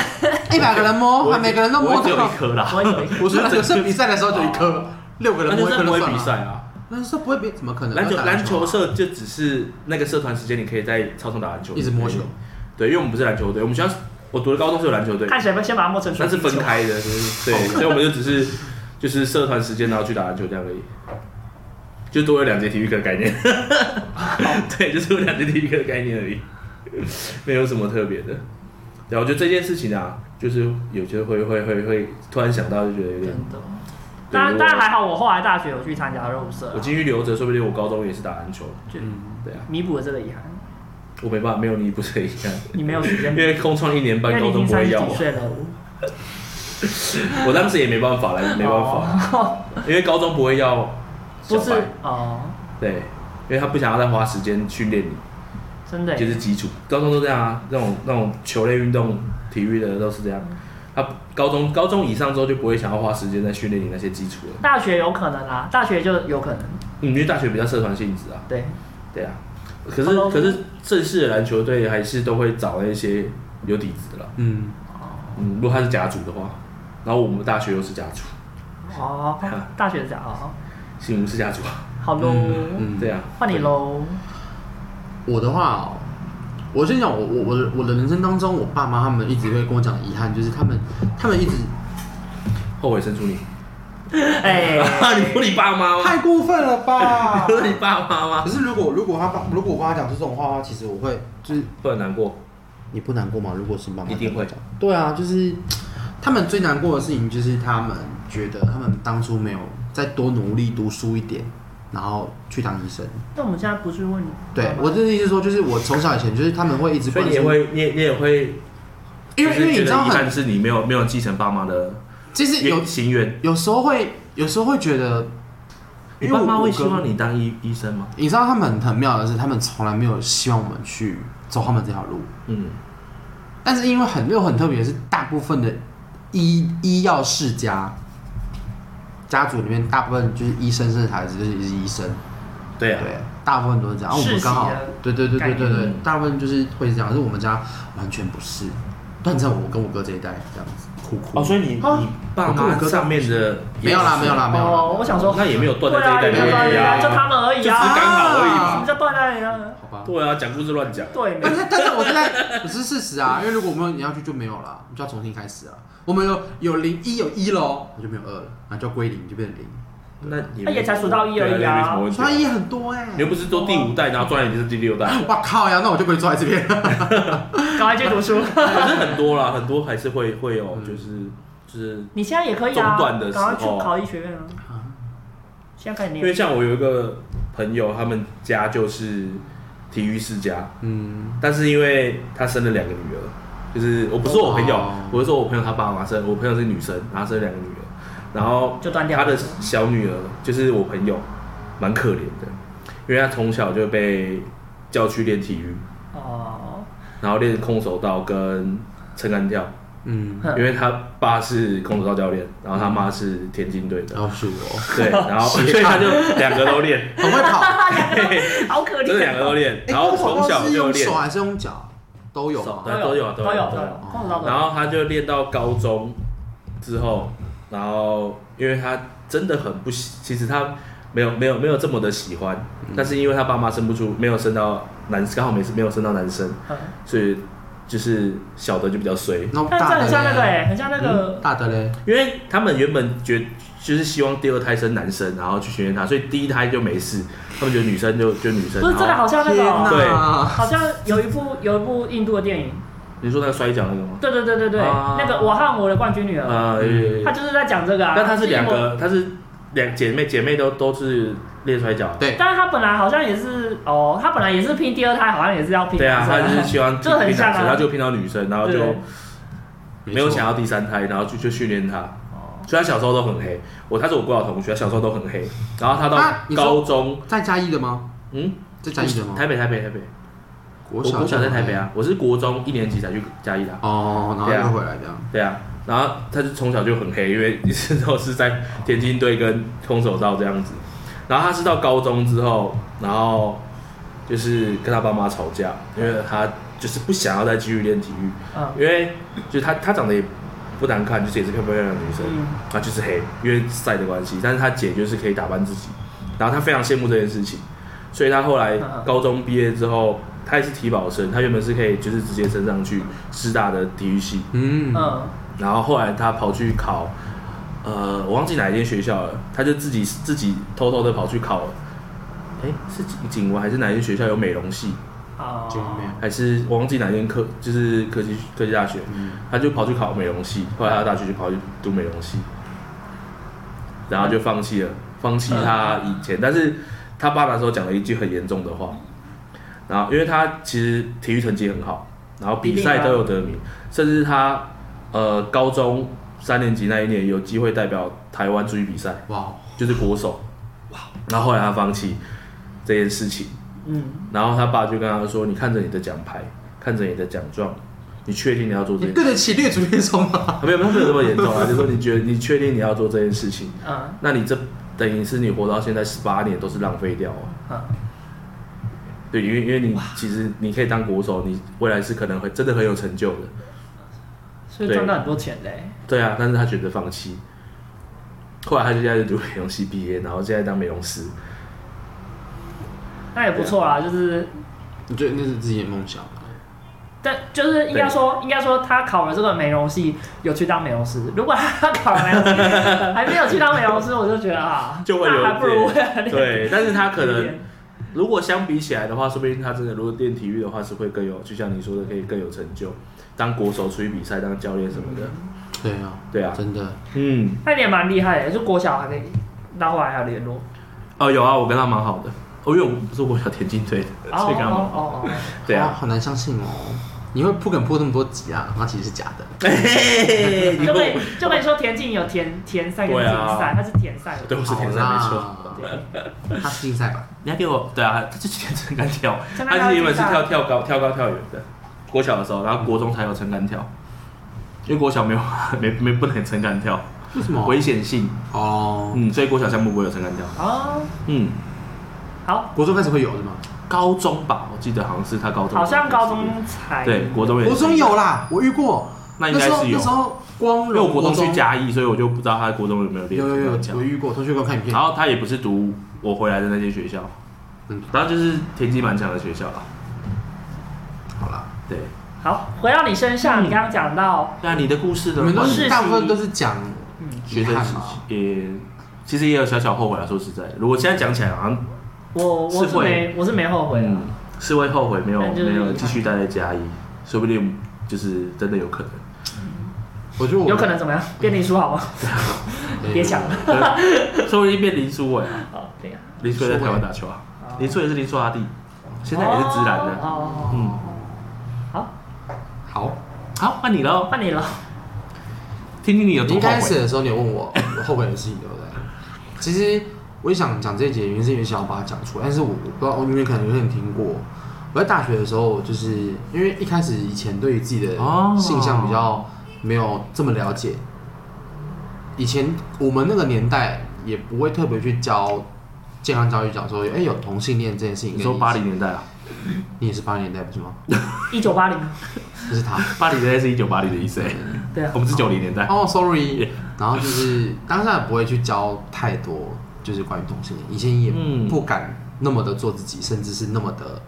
Speaker 1: 一百个人摸，
Speaker 2: 我
Speaker 1: 哦还每个人都摸
Speaker 2: 我只有
Speaker 1: 到
Speaker 2: 一。颗啦。
Speaker 3: 我也有一个
Speaker 1: 我说篮球社比赛的时候就一颗，
Speaker 2: 哦
Speaker 1: 六个
Speaker 2: 篮
Speaker 1: 人
Speaker 2: 球
Speaker 1: 摸一个人
Speaker 2: 社不会
Speaker 1: 算
Speaker 2: 比
Speaker 1: 吗？
Speaker 2: 赛啊，
Speaker 1: 篮球社不会比，怎么可能？
Speaker 2: 篮球
Speaker 1: 要打
Speaker 2: 篮球
Speaker 1: 啊
Speaker 2: 社就只是那个社团时间，你可以在操场打篮球，
Speaker 1: 一直摸球，
Speaker 2: 对，因为我们不是篮球队，我们学校我读的高中是有篮球队，
Speaker 3: 看谁先把它摸成水
Speaker 2: 但是
Speaker 3: 晶
Speaker 2: 分
Speaker 3: 球。
Speaker 2: 开的，就是对，所以我们就只是就是社团时间，然后去打篮球这样而已，就多有两节体育课的概念，对，就是多有两节体育课的概念而已，没有什么特别的。对，我觉得这件事情啊，就是有些会会会会突然想到，就觉得有
Speaker 3: 真
Speaker 2: 点。对
Speaker 3: 的，当然
Speaker 2: 我
Speaker 3: 当然还好，我后来大学有去参加肉社
Speaker 2: 我，进去留着，说不定我高中也是打篮球。
Speaker 3: 就
Speaker 1: 嗯，
Speaker 2: 对啊，
Speaker 3: 弥补了这个遗憾。
Speaker 2: 我没办法，没有你不是一样。
Speaker 3: 你没有时间
Speaker 2: 因，为空窗一年
Speaker 3: 因
Speaker 2: 半，
Speaker 3: 为你
Speaker 2: 高
Speaker 3: 已
Speaker 2: 中不
Speaker 3: 经三
Speaker 2: 会
Speaker 3: 十
Speaker 2: 要
Speaker 3: 几
Speaker 2: 我，
Speaker 3: 岁了，
Speaker 2: 我当时也没办法了，没办法，
Speaker 3: 法，
Speaker 2: 因为高中不会要小
Speaker 3: 哦不
Speaker 2: 白，
Speaker 3: 是哦，
Speaker 2: 对，因为他不想要再花时间训练你，
Speaker 3: 真的
Speaker 2: 这
Speaker 3: 耶
Speaker 2: 是基础。高中都这样啊，那种那种球类运动、体育的都是这样。他高中高中以上之后就不会想要花时间在训练你那些基础了，
Speaker 3: 大学有可能啦，大学就有可能，
Speaker 2: 嗯，因为大学比较社团性质啊，
Speaker 3: 对，
Speaker 2: 对啊。可是
Speaker 3: 哦
Speaker 2: 可是正式的篮球队还是都会找那些有底子的啦，
Speaker 1: 嗯，
Speaker 2: 嗯，如果他是甲组的话，然后我们大学又是甲组，
Speaker 3: 哦，大学长哦，
Speaker 2: 新竹是甲组啊，
Speaker 3: 好喽，
Speaker 1: 嗯
Speaker 2: 对啊，
Speaker 3: 换你 喽，
Speaker 1: 我的话哦，我先讲我我我的我的人生当中，我爸妈他们一直会跟我讲遗憾，就是他们他们一直
Speaker 2: 后悔生出你。
Speaker 3: 哎，
Speaker 2: 啊， 你不理爸妈吗？
Speaker 1: 太过分了吧
Speaker 2: 不？是你爸妈吗？
Speaker 1: 可是如果如果他爸如果我跟他讲这种话的话，其实我会就是
Speaker 2: 会很难过。
Speaker 1: 你不难过吗？如果是妈妈
Speaker 2: 一定会
Speaker 1: 讲。对啊，就是他们最难过的事情就是他们觉得他们当初没有再多努力读书一点，然后去当医生。
Speaker 3: 那我们现在不是问你，
Speaker 1: 对我的意思是说，就是我从小以前就是他们会一直
Speaker 2: 啊所以
Speaker 1: 灌
Speaker 2: 你也
Speaker 1: 输，
Speaker 2: 会，你也你也会，
Speaker 1: 因为因
Speaker 2: 就是
Speaker 1: 为你
Speaker 2: 觉
Speaker 1: 知
Speaker 2: 得
Speaker 1: 道
Speaker 2: 遗憾
Speaker 1: 很，
Speaker 2: 是你没有没有继承爸妈的
Speaker 1: 其实有
Speaker 2: 愿心愿。
Speaker 1: 有时候会有时候会觉得因
Speaker 2: 你
Speaker 1: 为
Speaker 2: 爸
Speaker 1: 我
Speaker 2: 妈会
Speaker 1: 我
Speaker 2: 希
Speaker 1: 跟
Speaker 2: 望你当医医生吗？
Speaker 1: 你知道他们很很妙的是，他们从来没有希望我们去走他们这条路。
Speaker 2: 嗯，
Speaker 1: 但是因为很又很特别的是，大部分的医医药世家家族里面，大部分就是医生生孩子就是也是医生，
Speaker 2: 对啊，
Speaker 1: 对，大部分都是这样。啊、我
Speaker 3: 世
Speaker 1: 们
Speaker 3: 袭
Speaker 1: 刚好
Speaker 3: 的，
Speaker 1: 对对对对对
Speaker 2: 概
Speaker 1: 对
Speaker 2: 念，
Speaker 1: 大部分就是会是这样，可是我们家完全不是。但在我跟我哥这一代这样子，哭哭。
Speaker 2: 哦，所以你
Speaker 1: 啊
Speaker 2: 你爸妈上面的
Speaker 1: 没有啦，没有啦，没有啊啦。
Speaker 3: 哦，我想说，
Speaker 2: 那也没有断
Speaker 3: 对
Speaker 2: 在
Speaker 3: 啊，
Speaker 2: 这
Speaker 3: 也
Speaker 2: 一代
Speaker 3: 没有断在这一代，
Speaker 1: 对啊
Speaker 3: 就他们而已
Speaker 2: 就
Speaker 3: 啊
Speaker 2: 是，刚好而已
Speaker 3: 什
Speaker 2: 嘛
Speaker 3: 么叫断在一代呢？
Speaker 1: 好吧。
Speaker 2: 对啊，讲故事乱讲，
Speaker 3: 对，没
Speaker 1: 但是但是我现在不是事实啊，因为如果我们你要去就没有了，你就要重新开始啊。我们有有零一有一喽，那就没有二了，那就归零就变成零。
Speaker 2: 那也
Speaker 3: 那也才数到一而已啊
Speaker 2: 对那也没什么问题
Speaker 1: 所以一很多哎、
Speaker 2: 你又不是都第五代，
Speaker 1: 哦
Speaker 2: 然后转眼就是第六代，
Speaker 1: 哇靠呀，那我就不会坐在这边了。
Speaker 3: 赶快去读书。
Speaker 2: 可是很多啦，很多还是会会有，
Speaker 1: 嗯
Speaker 2: 就是就是，
Speaker 3: 你现在也可以啊，
Speaker 2: 中断的时
Speaker 3: 赶
Speaker 2: 候
Speaker 3: 快去考医学院啊。现在开
Speaker 2: 因
Speaker 3: 始念
Speaker 2: 为，像我有一个朋友，他们家就是体育世家，
Speaker 1: 嗯，
Speaker 2: 但是因为他生了两个女儿，就是我不是我朋友
Speaker 1: 哦，
Speaker 2: 我是说我朋友他爸妈生，我朋友是女生，然后生了两个女儿，然后
Speaker 3: 就断掉
Speaker 2: 他
Speaker 3: 了
Speaker 2: 的小女儿就是我朋友，蛮可怜的，因为她从小就被叫去练体育，
Speaker 3: 哦，
Speaker 2: 然后练空手道跟撑杆跳，
Speaker 1: 嗯，
Speaker 3: 哼
Speaker 2: 因为他爸是空手道教练，然后他妈是田径队的，
Speaker 1: 然后是我，
Speaker 2: 对，然后所以他就两个都练，
Speaker 1: 很会 跑。
Speaker 3: 好可
Speaker 2: 真的两
Speaker 3: 怜
Speaker 2: 个都
Speaker 3: 哦。
Speaker 2: 练，
Speaker 1: 哎
Speaker 2: 然后
Speaker 1: 空手
Speaker 2: 从
Speaker 1: 道
Speaker 2: 小
Speaker 1: 是
Speaker 2: 就
Speaker 1: 用
Speaker 2: 练
Speaker 1: 手，还是用脚都有
Speaker 2: 手
Speaker 1: 吗？
Speaker 2: 对都有啊
Speaker 3: 都
Speaker 2: 都
Speaker 3: 有
Speaker 2: 有
Speaker 3: 都
Speaker 2: 都
Speaker 3: 有
Speaker 2: 有
Speaker 3: 空手道都有
Speaker 2: 然后他就练到高中之后，然后因为他真的很不喜，其实他没有没有没有这么的喜欢，但是因为他爸妈生不出，没有生到男，刚好没没有生到男生，
Speaker 3: 嗯
Speaker 2: 所以就是小的就比较衰，
Speaker 1: 那
Speaker 3: 但这
Speaker 1: 大
Speaker 3: 很像那
Speaker 1: 的
Speaker 3: 个
Speaker 1: 嘞，
Speaker 3: 哎，很像那个
Speaker 1: 大的嘞，
Speaker 2: 因为他们原本觉就是希望第二胎生男生，然后去训练他，所以第一胎就没事，他们觉得女生就就女生，
Speaker 3: 不是这个
Speaker 2: 然后
Speaker 3: 好像那
Speaker 1: 天
Speaker 3: 个哦，
Speaker 1: 哪！
Speaker 3: 好像有一部有一部印度的电影，
Speaker 2: 你说那个摔跤那个吗？
Speaker 3: 对对对对对，
Speaker 2: 啊
Speaker 3: 那个我和我的冠军女儿，
Speaker 2: 呃，
Speaker 1: 嗯
Speaker 3: 她就是在讲这个啊。
Speaker 2: 但她是两
Speaker 3: 一模，
Speaker 2: 个，她是两姐妹，姐妹都都是练摔跤，
Speaker 1: 对
Speaker 3: 但是她本来好像也是哦，她本来也是拼第二胎，好像也是要拼
Speaker 2: 对啊，
Speaker 3: 男
Speaker 2: 她
Speaker 3: 生
Speaker 2: 就是希 望
Speaker 3: 这很像啊
Speaker 2: 拼男生她就拼到女生，然后就
Speaker 3: 对
Speaker 2: 没有
Speaker 1: 错
Speaker 2: 想要第三胎，然后就就训练她。
Speaker 3: 哦
Speaker 2: 所以她小时候都很黑，我她是我国小同学，她小时候都很黑，然后她
Speaker 1: 啊
Speaker 2: 到
Speaker 1: 你
Speaker 2: 高
Speaker 1: 说
Speaker 2: 中，
Speaker 1: 在嘉义的吗？
Speaker 2: 嗯，
Speaker 1: 在嘉义的吗？
Speaker 2: 台北台北台北，
Speaker 1: 国
Speaker 2: 我国小在台北
Speaker 1: 啊。
Speaker 2: 啊，我是国中一年级才去嘉义的啊。
Speaker 1: 哦，然后
Speaker 2: 对啊
Speaker 1: 又回来这样。
Speaker 2: 对啊，然后他就从小就很黑，因为一直都是在田径队跟空手道这样子。然后他是到高中之后，然后就是跟他爸妈吵架，因为他就是不想要再继续练体育，
Speaker 3: 嗯
Speaker 2: 因为就是他他长得也不难看，就是也是漂漂亮亮的女生，
Speaker 3: 嗯
Speaker 2: 啊就是黑，因为晒的关系。但是他姐就是可以打扮自己，然后他非常羡慕这件事情，所以他后来
Speaker 3: 嗯嗯
Speaker 2: 高中毕业之后，他也是体保生，他原本是可以就是直接升上去师大的体育系，
Speaker 1: 嗯，
Speaker 3: 嗯，
Speaker 2: 然后后来他跑去考，呃，我忘记哪一间学校了，他就自己自己偷偷的跑去考，哎，是景景文还是哪一间学校有美容系，
Speaker 3: 哦
Speaker 1: 见面。
Speaker 2: 还是我忘记哪间科，就是科技科技大学，
Speaker 1: 嗯
Speaker 2: 他就跑去考美容系，后来他大学就跑去读美容系，然后就放弃了，放弃他以前，但是他爸那时候讲了一句很严重的话，然后因为他其实体育成绩很好，然后比赛都有得名，甚至他呃高中三年级那一年有机会代表台湾出去比赛，
Speaker 1: 哇，
Speaker 2: 就是国手，然后后来他放弃这件事情。
Speaker 3: 嗯，
Speaker 2: 然后他爸就跟他说：“你看着你的奖牌，看着你的奖状，你确定你要做这
Speaker 1: 你
Speaker 2: 件
Speaker 1: 对
Speaker 2: 事
Speaker 1: 得起列祖列宗吗？？”
Speaker 2: 没有没有没有这么严重啊，就说你觉得你确定你要做这件事情，
Speaker 3: 嗯
Speaker 2: 那你这等于是你活到现在十八年都是浪费掉啊。
Speaker 3: 嗯，
Speaker 2: 对，因为因为你其实你可以当国手，你未来是可能会真的很有成就的。
Speaker 3: 所以
Speaker 2: 对
Speaker 3: 赚到很多钱嘞。
Speaker 2: 对啊，但是他选择放弃。后来他就现在就读美容系毕业，然后现在当美容师。
Speaker 3: 那也不错啦，就是，
Speaker 1: 你觉得那是自己的梦想吗？啊
Speaker 3: 但就是应该说，应该说他考了这个美容系，有去当美容师。如果他考了美容系，还没有去当美容师，我就觉得啊，
Speaker 2: 就会有
Speaker 3: 那还不如
Speaker 2: 对，但是他可能
Speaker 3: 练
Speaker 2: 如果相比起来的话，说不定他真的如果练体育的话，是会更有，就像你说的，可以更有成就，当国手出去比赛，当教练什么的。
Speaker 1: 对啊，
Speaker 2: 对啊，
Speaker 1: 真的。
Speaker 2: 嗯，
Speaker 3: 那你也蛮厉害的，就国小还可以，到后来还有联络。
Speaker 2: 哦，有啊，我跟他蛮好的，哦，因为我不是我小田径队的，所以跟他蛮好。
Speaker 3: 哦哦哦哦，
Speaker 2: 对
Speaker 1: 哇
Speaker 2: 啊，
Speaker 1: 好难相信哦。你会铺梗铺那么多集啊，然后其实是假的。
Speaker 2: 嘿你
Speaker 3: 就
Speaker 2: 跟
Speaker 3: 跟
Speaker 2: 我
Speaker 3: 你就跟你说田径有田田赛跟竞
Speaker 2: 对啊
Speaker 3: 赛，它是田赛。
Speaker 2: 对，我是天才，
Speaker 1: 好
Speaker 2: 没
Speaker 1: 啦
Speaker 2: 错。
Speaker 3: 对，
Speaker 1: 他是竞赛吧？
Speaker 2: 你还给我对啊，他就是天撑杆跳，
Speaker 3: 撑杆跳
Speaker 2: 他是因为是
Speaker 3: 竞赛
Speaker 2: 跳跳高、跳高、跳远的。国小的时候，然后国中才有撑杆跳，因为国小没有没没不能撑杆跳，
Speaker 1: 为什么？
Speaker 2: 危险性，
Speaker 1: 哦，
Speaker 2: 嗯，所以国小项目不会有撑杆跳。
Speaker 3: 哦，
Speaker 2: 嗯，
Speaker 3: 好，
Speaker 1: 国中开始会有的吗？
Speaker 2: 高中吧，我记得好像是他高中，
Speaker 3: 好像高中才
Speaker 2: 对国中也
Speaker 1: 国中有啦，我遇过。
Speaker 2: 那应该
Speaker 1: 时候
Speaker 2: 是有
Speaker 1: 那时候光
Speaker 2: 因为我
Speaker 1: 荣
Speaker 2: 国中去
Speaker 1: 家
Speaker 2: 嘉义，所以我就不知道他国中有没有练
Speaker 1: 有有有
Speaker 2: 这样
Speaker 1: 有遇过，同学给我看影片
Speaker 2: 然。后他也不是读我回来的那间学校，
Speaker 1: 嗯
Speaker 2: 然后就是田径蛮强的学校啦。
Speaker 1: 好啦，
Speaker 2: 对，
Speaker 3: 好，回到你身上，
Speaker 2: 嗯
Speaker 3: 你刚刚讲到，
Speaker 2: 那你的故事呢？
Speaker 1: 你们都
Speaker 3: 是
Speaker 1: 是
Speaker 3: 习
Speaker 1: 大部分都是讲
Speaker 3: 嗯，
Speaker 2: 学生时期也其实也有小小后悔啊啦。说实在，如果现在讲起来，好像
Speaker 3: 我我
Speaker 2: 是
Speaker 3: 是
Speaker 2: 会
Speaker 3: 没我是没后悔啊的，
Speaker 2: 嗯是会后悔没有
Speaker 3: 但就是
Speaker 2: 没
Speaker 3: 遗
Speaker 2: 有
Speaker 3: 憾
Speaker 2: 继续待在嘉义，说不定就是真的有可能。
Speaker 1: 我
Speaker 2: 嗯
Speaker 1: 觉得我
Speaker 3: 有可能怎么样？变林书好吗？
Speaker 1: 对
Speaker 3: 别想了。
Speaker 2: 可能 说不定变林书伟啊，
Speaker 3: 哦，对呀，
Speaker 2: 林书伟在台湾打球啊，
Speaker 3: 哦
Speaker 2: 林书伟是林书阿弟，现在也是直男的。
Speaker 3: 哦，哦
Speaker 2: 嗯，
Speaker 1: 好，
Speaker 2: 好，换你喽，
Speaker 3: 换你了。
Speaker 2: 听听你有
Speaker 1: 你
Speaker 2: 多
Speaker 1: 一
Speaker 2: 后
Speaker 1: 开始
Speaker 2: 悔。
Speaker 1: 的时候你有问我 我后悔的事情对不对？其实我也想讲这一节，原因是因为想要把它讲出来，但是我我不知道，哦你们可能有点听过。我在大学的时候，就是因为一开始以前对于自己的
Speaker 2: 哦
Speaker 1: 性向比较没有这么了解，以前我们那个年代也不会特别去教健康教育，讲说哎、有同性恋这件事情。
Speaker 2: 你说八零，年代啊？
Speaker 1: 你也是八零年代不是吗？
Speaker 3: 一九八零，
Speaker 1: 不是他。
Speaker 2: 八零年代是一九八零的意思欸，
Speaker 3: 对啊
Speaker 2: 我，们是九零年代。
Speaker 1: 哦、s o r r y 然后就是当下也不会去教太多，就是关于同性恋，以前也
Speaker 2: 嗯
Speaker 1: 不敢那么的做自己，甚至是那么的，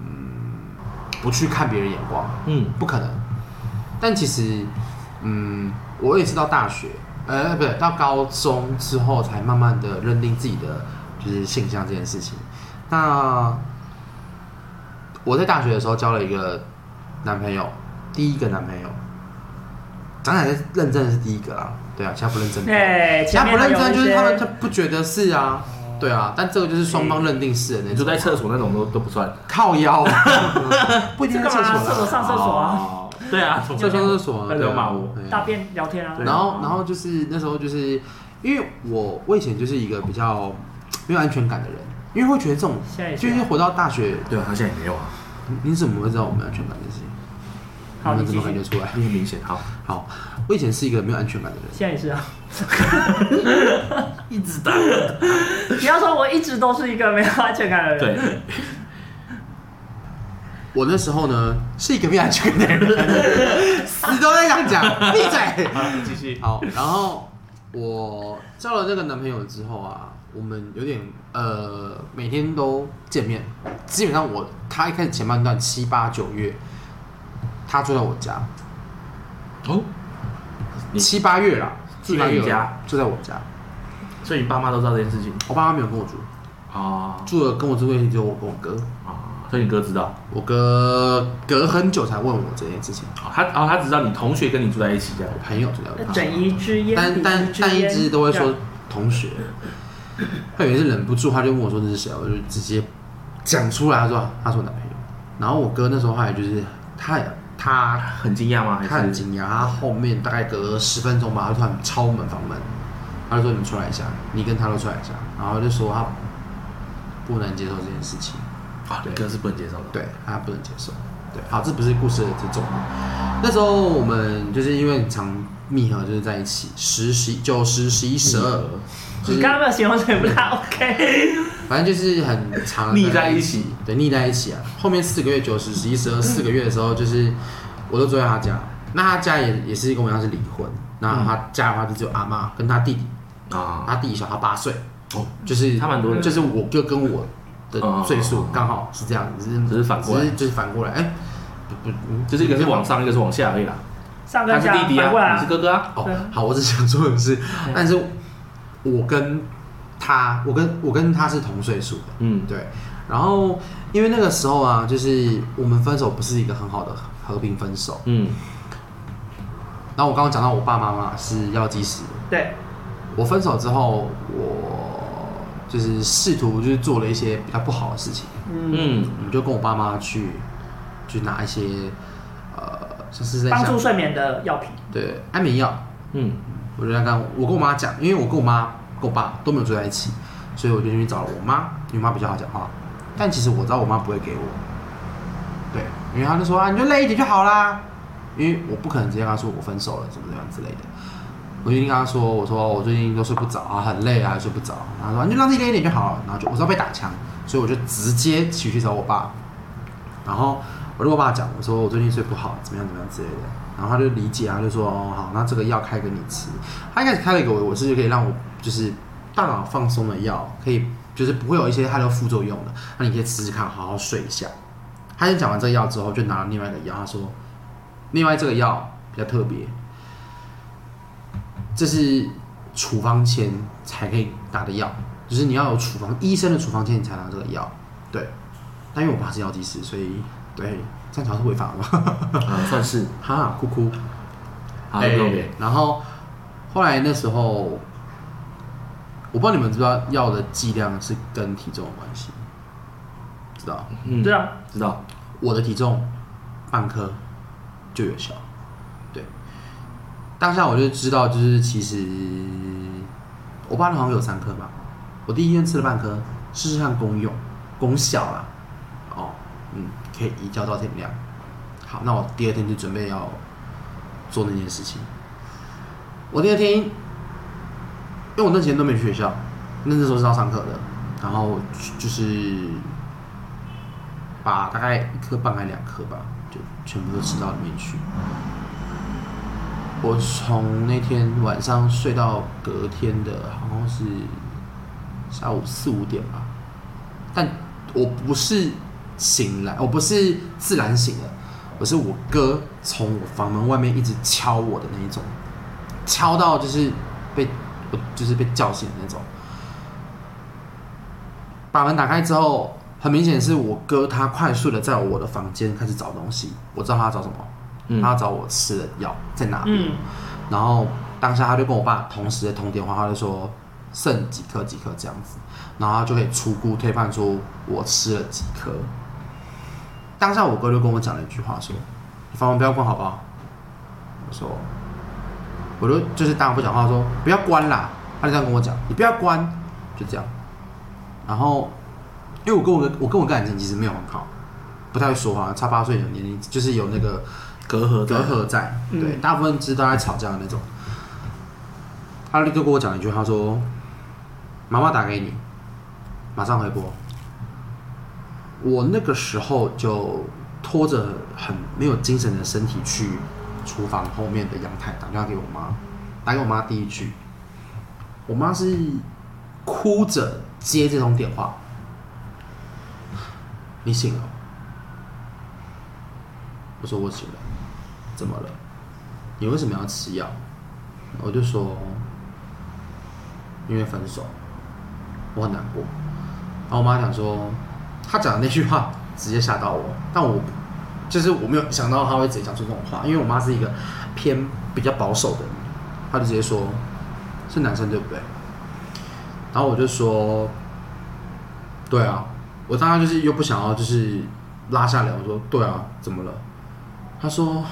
Speaker 1: 嗯，不去看别人眼光，
Speaker 2: 嗯
Speaker 1: 不可能。但其实，嗯，我也是到大学，呃，不对，到高中之后才慢慢的认定自己的就是性向这件事情。那我在大学的时候交了一个男朋友，第一个男朋友，讲起来是认真的是第一个啦，对啊，其他不认真的，
Speaker 3: 哎，
Speaker 1: 其他
Speaker 3: 前
Speaker 1: 不
Speaker 3: 面
Speaker 1: 认
Speaker 3: 还
Speaker 1: 真
Speaker 3: 有一
Speaker 1: 就是
Speaker 3: 些
Speaker 1: 他们他不觉得是啊，对啊，但这个就是双方认定是的那
Speaker 2: 你住
Speaker 1: 种，
Speaker 2: 在厕所那种都都不算。
Speaker 1: 靠 腰，不一定在厕
Speaker 3: 这干嘛厕
Speaker 1: 所啊
Speaker 3: 所
Speaker 1: 啦，
Speaker 3: 上厕所啊
Speaker 2: 哦。对啊，厕
Speaker 1: 就上厕所啊，
Speaker 2: 那
Speaker 1: 对
Speaker 2: 就
Speaker 1: 啊
Speaker 2: 骂我。
Speaker 1: 对啊
Speaker 3: 大便聊天啊，
Speaker 2: 对
Speaker 1: 然后，然后就是那时候就是因为我我以前就是一个比较没有安全感的人，因为会觉得这种
Speaker 3: 现在也
Speaker 1: 就是是活到大学，
Speaker 2: 对啊，他现在也没有啊，
Speaker 1: 你你怎么会知道我没有安全感这件事情？
Speaker 3: 好
Speaker 1: 你们
Speaker 3: 你
Speaker 1: 怎么
Speaker 3: 继
Speaker 1: 感
Speaker 3: 续
Speaker 1: 觉出来？
Speaker 2: 很明显。好，
Speaker 1: 好，我以前是一个没有安全感的人，
Speaker 3: 现在也是啊。
Speaker 2: 一直打。
Speaker 3: 你要说我一直都是一个没有安全感的人，
Speaker 2: 对，
Speaker 1: 我那时候呢是一个没有安全感的人， 死都在这样讲，闭嘴。
Speaker 2: 好，继续。
Speaker 1: 好，然后我交了那个男朋友之后啊，我们有点呃每天都见面，基本上我他一开始前半段七八九月，他住在我家，
Speaker 2: 哦，你
Speaker 1: 七八月啦，
Speaker 2: 嗯住在你
Speaker 1: 七八月
Speaker 2: 家
Speaker 1: 住在我家，
Speaker 2: 所以你爸妈都知道这件事情
Speaker 1: 我爸妈没有跟我住，
Speaker 2: 啊
Speaker 1: 住了跟我住的只有我跟我哥，
Speaker 2: 啊，所以你哥知道。
Speaker 1: 我哥隔很久才问我这件事情，
Speaker 2: 哦他哦，他只知道你同学跟你住在一起这样
Speaker 1: 我。朋友住在我家，
Speaker 3: 整一支烟，
Speaker 1: 但但但一直
Speaker 3: 支
Speaker 1: 都会说同学，他有一次忍不住，他就问我说这是谁，我就直接讲出来，他说啊他是我男朋友。然后我哥那时候后来就是他也他
Speaker 2: 很惊讶吗？
Speaker 1: 他很
Speaker 2: 还是
Speaker 1: 惊讶，他后面大概隔十分钟吧，他突然敲门房门，他就说你们出来一下，你跟他都出来一下，然后就说他不能接受这件事情。
Speaker 2: 啊，你哥是不能接受的。
Speaker 1: 对，他不能接受。对，好，这不是故事的这种。那时候我们就是因为很常密合，就是在一起，十、十一、九、十、十一、十二，
Speaker 2: 嗯
Speaker 1: 就
Speaker 3: 你
Speaker 1: 是
Speaker 3: 刚刚没有形容词不太 OK，
Speaker 1: 反正就是很常
Speaker 2: 腻在一起，
Speaker 1: 对，腻在一起啊。后面四个月，九、十、十一、十二，四个月的时候，就是我都住在他家。那他家也也是跟我一样是离婚，那他家的话就只有阿妈跟他弟弟，
Speaker 2: 啊，
Speaker 1: 他弟弟小他八岁，
Speaker 2: 哦，
Speaker 1: 就是
Speaker 2: 他蛮多的
Speaker 1: 就是我哥跟我的
Speaker 2: 嗯
Speaker 1: 岁数刚好是这样，只是
Speaker 2: 只是反过来
Speaker 1: 只是就是反过来，哎、不不，嗯
Speaker 2: 就是一个是往上，一个是往下而已啦。
Speaker 3: 上
Speaker 2: 他
Speaker 3: 跟
Speaker 2: 是
Speaker 3: 下
Speaker 2: 弟弟
Speaker 3: 反过来
Speaker 2: 啊，你
Speaker 3: 啊
Speaker 2: 是，哥哥啊。
Speaker 1: 哦
Speaker 3: 对，
Speaker 1: 好，我只想说的是，但是我跟他，我跟我跟他是同岁数的，
Speaker 2: 嗯，
Speaker 1: 对。然后因为那个时候啊，就是我们分手不是一个很好的和平分手。
Speaker 2: 嗯，
Speaker 1: 然后我刚刚讲到我爸妈妈是药剂师，
Speaker 3: 对，
Speaker 1: 我分手之后，我就是试图就是做了一些比较不好的事情，
Speaker 3: 嗯，
Speaker 2: 嗯，
Speaker 1: 我就跟我爸妈去去拿一些像是在
Speaker 3: 帮
Speaker 1: 想
Speaker 3: 助睡眠的药品。
Speaker 1: 对安眠药，
Speaker 2: 嗯，
Speaker 1: 我就在跟我跟我妈讲，因为我跟我妈跟我爸都没有住在一起，所以我就去找了我妈，因为我妈比较好讲话。但其实我知道我妈不会给我，对，因为她就说啊，你就累一点就好啦，因为我不可能直接跟她说我分手了，怎么怎么样之类的。我就一定跟她说，我说我最近都睡不着啊，很累啊，睡不着。然后她说你就让自己累一点就好了。然后就我知道被打枪，所以我就直接骑去找我爸，然后我就跟我爸讲，我说我最近睡不好，怎么样怎么样之类的。然后他就理解啊，他就说哦好，那这个药开给你吃。他一开始开了一个我，我是可以让我就是大脑放松的药，可以就是不会有一些它的副作用的。那你可以试试看，好好睡一下。他先讲完这个药之后，就拿了另外一个药，他说另外这个药比较特别，这是处方前才可以打的药，就是你要有处方医生的处方签你才拿这个药。对，但因为我爸是药剂师，所以对这样讲是违法的 吗？
Speaker 2: 呃算是
Speaker 1: 哈，哭哭。
Speaker 2: 好，
Speaker 1: 哎
Speaker 2: 不用给
Speaker 1: 然后后来那时候，我不知道你们知不知道药的剂量是跟体重有关系，知道？
Speaker 2: 嗯
Speaker 3: 对啊，
Speaker 2: 知道，
Speaker 1: 我的体重半颗就有效，对。当下我就知道，就是其实我爸那好像有三颗吧，我第一天吃了半颗，试试看功用功效啦。哦，嗯，可以移交到天亮。好，那我第二天就准备要做那件事情。我第二天，因为我那几天都没去学校，那那时候是要上课的，然后就是把大概一颗半还两颗吧，就全部都吃到里面去。我从那天晚上睡到隔天的，好像是下午四五点吧。但我不是醒来，我不是自然醒的，我是我哥从我房门外面一直敲我的那一种，敲到就是被我就是被叫醒的那种。把门打开之后，很明显是我哥他快速的在我的房间开始找东西，我知道他要找什么，
Speaker 2: 嗯
Speaker 1: 他要找我吃的药在哪里。
Speaker 3: 嗯，
Speaker 1: 然后当下他就跟我爸同时在通电话，他就说剩几颗几颗这样子，然后他就可以初步推判出我吃了几颗。当下我哥就跟我讲了一句话说：“你房门不要关好不好？”我说：“我就就是当然不讲话，说不要关啦。”他就这样跟我讲：“你不要关。”就这样。然后因为我跟我哥我跟我哥感情其实没有很好，不太会说话，差八岁有年龄就是有那个
Speaker 2: 隔阂
Speaker 1: 隔阂在，
Speaker 3: 嗯
Speaker 1: 对，大部分是都在吵架的那种。他就跟我讲一句，他说：“妈妈打给你，马上回拨。”我那个时候就拖着很没有精神的身体去厨房后面的阳台打电话给我妈，打给我妈第一句，我妈是哭着接这通电话。你醒了？我说我醒了。怎么了？你为什么要吃药？我就说，因为分手，我很难过。然后我妈讲说，她讲的那句话直接吓到我，但我就是我没有想到她会直接讲出这种话，因为我妈是一个偏比较保守的人，她就直接说，是男生对不对？然后我就说，对啊，我当然就是又不想要就是拉下脸，我说对啊，怎么了？他说：“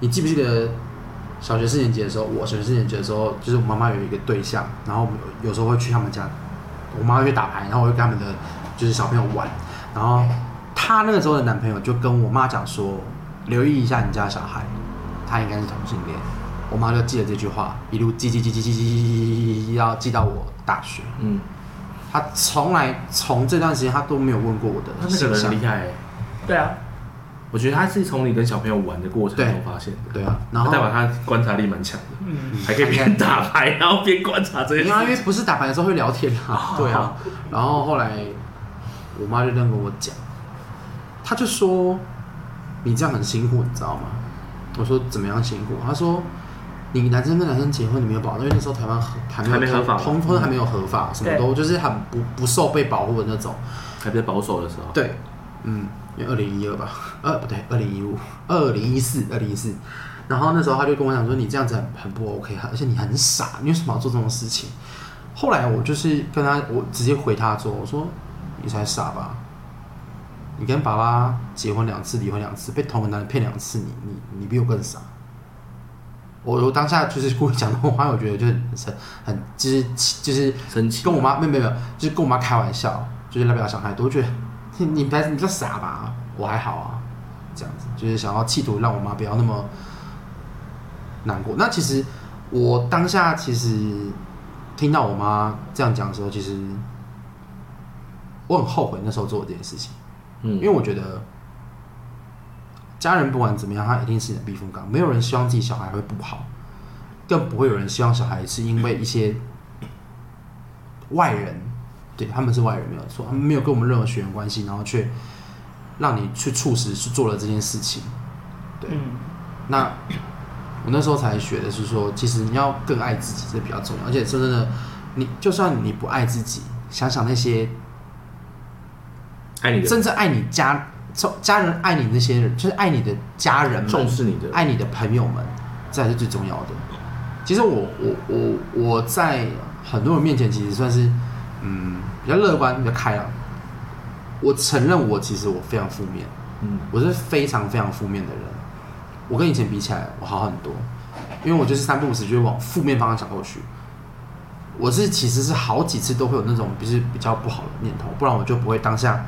Speaker 1: 你记不记得小学四年级的时候？我小学四年级的时候，就是我妈妈有一个对象，然后我们有时候会去他们家，我妈会去打牌，然后我会跟他们的就是小朋友玩。然后她那个时候的男朋友就跟我妈讲说，留意一下你家小孩，他应该是同性恋。”我妈就记了这句话，一路记记记记记记记记记记，要记到我大学。
Speaker 2: 嗯，
Speaker 1: 她从来从这段时间她都没有问过我的
Speaker 2: 那那个
Speaker 1: 形
Speaker 2: 人
Speaker 1: 象
Speaker 2: 很厉。害欸，
Speaker 3: 对啊，
Speaker 2: 我觉得他是从你跟小朋友玩的过程
Speaker 1: 对
Speaker 2: 中发现的，
Speaker 1: 对啊，然后
Speaker 2: 代表他观察力蛮强的，
Speaker 3: 嗯，
Speaker 2: 还可以边打牌然后边观察这些哦
Speaker 1: 没有啊，因为
Speaker 2: 事情。
Speaker 1: 不是打牌的时候会聊天啊，对啊。然后后来我妈就这样跟我讲，她就说你这样很辛苦，你知道吗？我说怎么样辛苦？她说你男生跟男生结婚，你没有保障，因为那时候台湾合还没有
Speaker 2: 还没合法
Speaker 1: 同婚还没有合法，什么都就是很不不受被保护的那种。
Speaker 2: 还在保守的时候，
Speaker 1: 对，嗯，因为二零一二吧，呃不对，二零一五、二零一四、二零一四。然后那时候他就跟我讲说：“你这样子很很不 OK，而且你很傻，你为什么要做这种事情？”后来我就是跟他，我直接回他说：“我说你才傻吧，你跟爸爸结婚两次，离婚两次，被同个男人骗两次，你你你比我更傻。我我当下就是故意讲这种话，我觉得就很很很就是就是
Speaker 2: 生气
Speaker 1: 跟我妈没有没有，没有就是跟我妈开玩笑，就是要不要想太多，我觉得你你才你这傻吧，我还好啊，这样子就是想要企图让我妈不要那么难过。那其实我当下其实听到我妈这样讲的时候，其实我很后悔那时候做的这件事情，因
Speaker 2: 嗯
Speaker 1: 为我觉得家人不管怎么样，他一定是你的避风港，没有人希望自己小孩会不好，更不会有人希望小孩是因为一些外人，对他们是外人没有错，他们没有跟我们任何血缘关系，然后却让你去促使去做了这件事情。对
Speaker 3: 嗯，
Speaker 1: 那我那时候才学的是说，其实你要更爱自己，这比较重要。而且说真的，你就算你不爱自己，想想那些
Speaker 2: 爱你的，
Speaker 1: 真正爱你家家人爱你那些人，就是爱你的家人们
Speaker 2: 重，视你的，
Speaker 1: 爱你的朋友们，这才是最重要的。其实我我我我在很多人面前，其实算是嗯比较乐观、比较开朗。我承认我其实我非常负面，
Speaker 2: 嗯
Speaker 1: 我是非常非常负面的人。我跟以前比起来，我好很多，因为我就是三不五时就会往负面方向想过去。我是其实是好几次都会有那种就是比较不好的念头，不然我就不会当下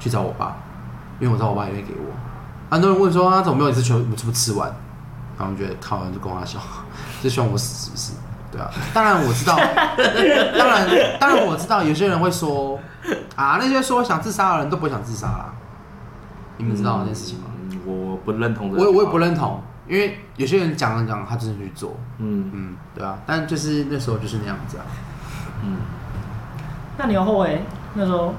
Speaker 1: 去找我爸，因为我知道我爸也会给我。很多人问说啊，怎么没有一次全部全部吃完？然后我觉得靠，就跟我笑，就希望我死 是不是？对啊，当然我知道， 当然当然我知道，有些人会说啊，那些说想自杀的人都不会想自杀啦。你们知道这件事情吗？
Speaker 2: 嗯我不认同的，
Speaker 1: 我我也不，认同，因为有些人讲了讲，他真的去做，
Speaker 2: 嗯
Speaker 1: 嗯，对啊，但就是那时候就是那样子啊，
Speaker 2: 嗯，
Speaker 3: 那你有后悔那时候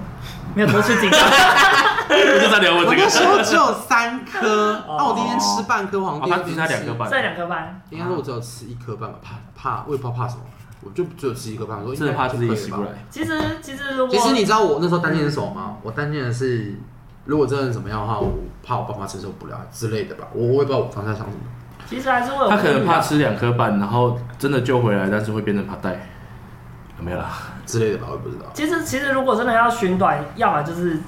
Speaker 3: 没有多吃几 个？
Speaker 2: 我就在聊我
Speaker 1: 我
Speaker 2: 这
Speaker 1: 那
Speaker 2: 个，
Speaker 1: 时候只有三颗，啊
Speaker 3: 哦
Speaker 1: 那我第一天吃半颗，好像
Speaker 2: 哦
Speaker 1: 第
Speaker 2: 他
Speaker 1: 二天
Speaker 2: 只差两颗
Speaker 1: 吃，
Speaker 2: 半，
Speaker 3: 这两个班，
Speaker 1: 应该是我只有吃一颗半吧，怕怕，我也不知道怕什么，我就只有吃一颗半，我说应
Speaker 2: 真
Speaker 1: 该
Speaker 2: 的怕
Speaker 1: 就
Speaker 2: 自己
Speaker 1: 可以
Speaker 2: 洗
Speaker 1: 吧
Speaker 2: 不。来，
Speaker 3: 其实其实如果
Speaker 1: 其实你知道我那时候担心的是什么吗？我担心的是，如果真的怎么样的话，我怕我爸妈承受不了之类的吧，我我也不知道我当下想什么。
Speaker 3: 其实还是会有
Speaker 2: 他可能怕
Speaker 3: 顾虑啊
Speaker 2: 吃两颗半，然后真的救回来，但是会变成怕带，没有啦，
Speaker 1: 之类的吧，我也不知道
Speaker 3: 啊。其实其实如果真的要寻短，要么就是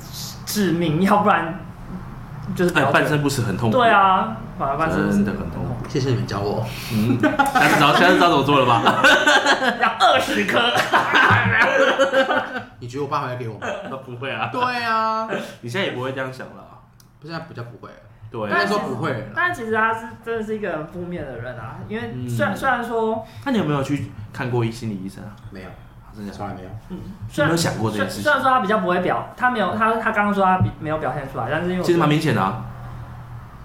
Speaker 3: 致命，要不然就是不要
Speaker 2: 但 哎半
Speaker 3: 追
Speaker 2: 身不是很痛苦，
Speaker 3: 对，啊，反而半身
Speaker 2: 真的很痛苦，
Speaker 1: 谢谢你们教我，
Speaker 2: 嗯，下次知道下次知道怎么做了吧？
Speaker 3: 要二十颗。
Speaker 1: 你觉得我爸回来给我吗？
Speaker 2: 不会啊，
Speaker 1: 对啊，
Speaker 2: 你现在也不会这样想了，啊
Speaker 1: 不现在比较不会了，
Speaker 2: 对
Speaker 1: 应该
Speaker 2: 啊，
Speaker 1: 说不会了。
Speaker 3: 但其实他是真的是一个很负面的人啊，因为
Speaker 2: 嗯
Speaker 3: 虽然、虽然说，
Speaker 2: 那你有没有去看过一心理医生啊？
Speaker 1: 没有，
Speaker 2: 真的假的
Speaker 1: 从来没有。
Speaker 3: 虽
Speaker 2: 你有没
Speaker 3: 然
Speaker 2: 有想过这
Speaker 3: 虽
Speaker 2: 件事
Speaker 3: 虽
Speaker 2: 情
Speaker 3: 然？说他比较不会表，他没有他他刚刚说他比没有表现出来，但是因为我
Speaker 2: 其实蛮明显的啊，